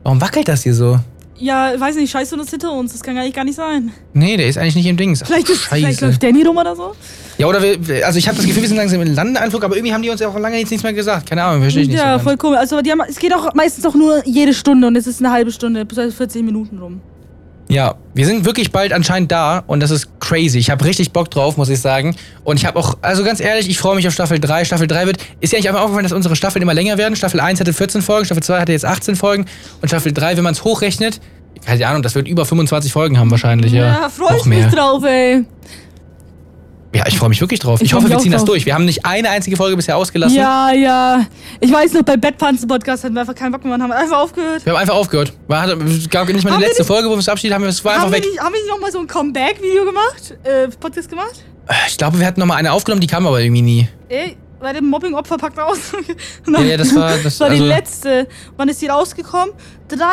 C: Warum wackelt das hier so?
A: Ja, weiß nicht, scheiße, und das hinter uns. Das kann eigentlich gar nicht sein.
C: Nee, der ist eigentlich nicht im Dings. Ach,
A: Vielleicht, ist, vielleicht läuft Danny rum oder so.
C: Ja, oder wir, also ich habe das Gefühl, wir sind langsam im Landeanflug, aber irgendwie haben die uns ja auch lange jetzt nichts mehr gesagt. Keine Ahnung, verstehe ich nicht.
A: Ja,
C: so ganz.
A: voll komisch. Also, die haben, es geht auch meistens auch nur jede Stunde und es ist eine halbe Stunde, bis 40 Minuten rum.
C: ja, wir sind wirklich bald anscheinend da und das ist crazy. Ich habe richtig Bock drauf, muss ich sagen. Und ich habe auch, also ganz ehrlich, ich freue mich auf Staffel 3. Staffel 3 wird, ist ja nicht einfach aufgefallen, dass unsere Staffeln immer länger werden. Staffel 1 hatte 14 Folgen, Staffel 2 hatte jetzt 18 Folgen und Staffel 3, wenn man es hochrechnet, keine Ahnung, das wird über 25 Folgen haben wahrscheinlich. Ja,
A: freu
C: Noch
A: ich mich
C: mehr.
A: drauf, ey.
C: Ja, ich freue mich wirklich drauf. Ich,
A: Ich freu
C: hoffe,
A: mich
C: wir
A: auch
C: ziehen das
A: drauf.
C: durch. Wir haben nicht eine einzige Folge bisher ausgelassen.
A: Ja, ja. Ich weiß noch, beim Bettpanzen-Podcast hatten wir einfach keinen Bock mehr und haben einfach aufgehört.
C: Wir haben einfach aufgehört. Man hat, es gab nicht mal
A: Haben
C: die
A: wir
C: letzte
A: nicht-
C: Folge, wo wir uns verabschiedet haben. Es war einfach
A: Haben wir,
C: weg.
A: nicht, haben wir nicht nochmal so ein Comeback-Video gemacht? Äh, Podcast gemacht?
C: Ich glaube, wir hatten noch mal eine aufgenommen, die kam aber irgendwie nie.
A: Ey, bei dem Mobbing-Opfer packt aus. Nein.
C: Ja, ja, das war- das-
A: war
C: also-
A: die letzte. Wann ist die rausgekommen? 30.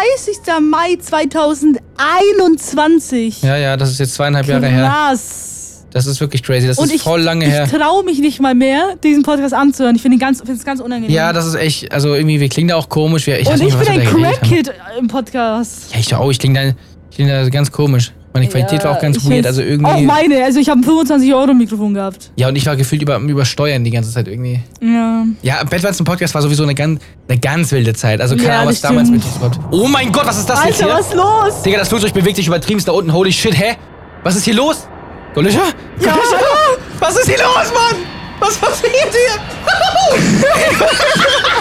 A: Mai 2021.
C: Ja, ja, das ist jetzt zweieinhalb Jahre her.
A: Krass.
C: Das ist wirklich crazy. Das
A: Und
C: ist
A: ich,
C: voll lange her.
A: ich traue mich nicht mal mehr, diesen Podcast anzuhören. Ich finde ihn ganz, finde es ganz unangenehm.
C: Ja, das ist echt, also irgendwie, wir klingen da auch komisch. Wir, ich
A: Und
C: weiß nicht,
A: ich
C: was
A: bin ein
C: wir da geredet haben.
A: Crack-Kid im Podcast.
C: Ja, ich auch. Ich klinge da, ich kling da ganz komisch. Meine Qualität war auch ganz
A: ich
C: weird.
A: weiß-
C: Also
A: Auch
C: irgendwie.
A: meine. Also ich habe ein 25-Euro-Mikrofon gehabt.
C: Ja, und ich war gefühlt über, übersteuern die ganze Zeit irgendwie.
A: Ja.
C: Ja, Bettwanzen Podcast war sowieso eine ganz, eine ganz wilde Zeit. Also keine
A: Ja,
C: Ahnung, was
A: das
C: damals mit
A: stimmt.
C: diesem Wort. Oh mein Gott, was ist das jetzt
A: Alter,
C: hier?
A: was ist los?
C: Digga, das Flugzeug bewegt sich übertriebenst da unten. Holy shit, hä? Was ist hier los? Golischer?
A: Ja.
C: Golischer? Was ist hier los, Mann? Was passiert hier?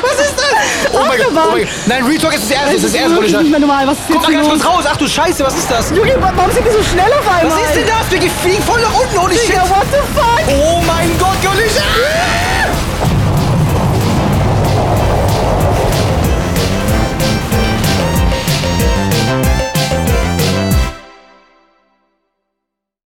C: was ist das? Oh mein Gott, oh mein Gott. Nein, Real Talk ist das erste, ist das erste,
A: wirklich
C: Golischer.
A: nicht mehr normal. Was ist
C: Guck
A: jetzt
C: mal
A: hier
C: ganz
A: los?
C: kurz raus. Ach du Scheiße, was ist das?
A: Junge, wa- warum sind die so schnell auf einmal?
C: Was ist denn das? Wir fliegen voll nach unten, holy shit.
A: Digga, what the fuck?
C: Oh mein Gott, Golischer!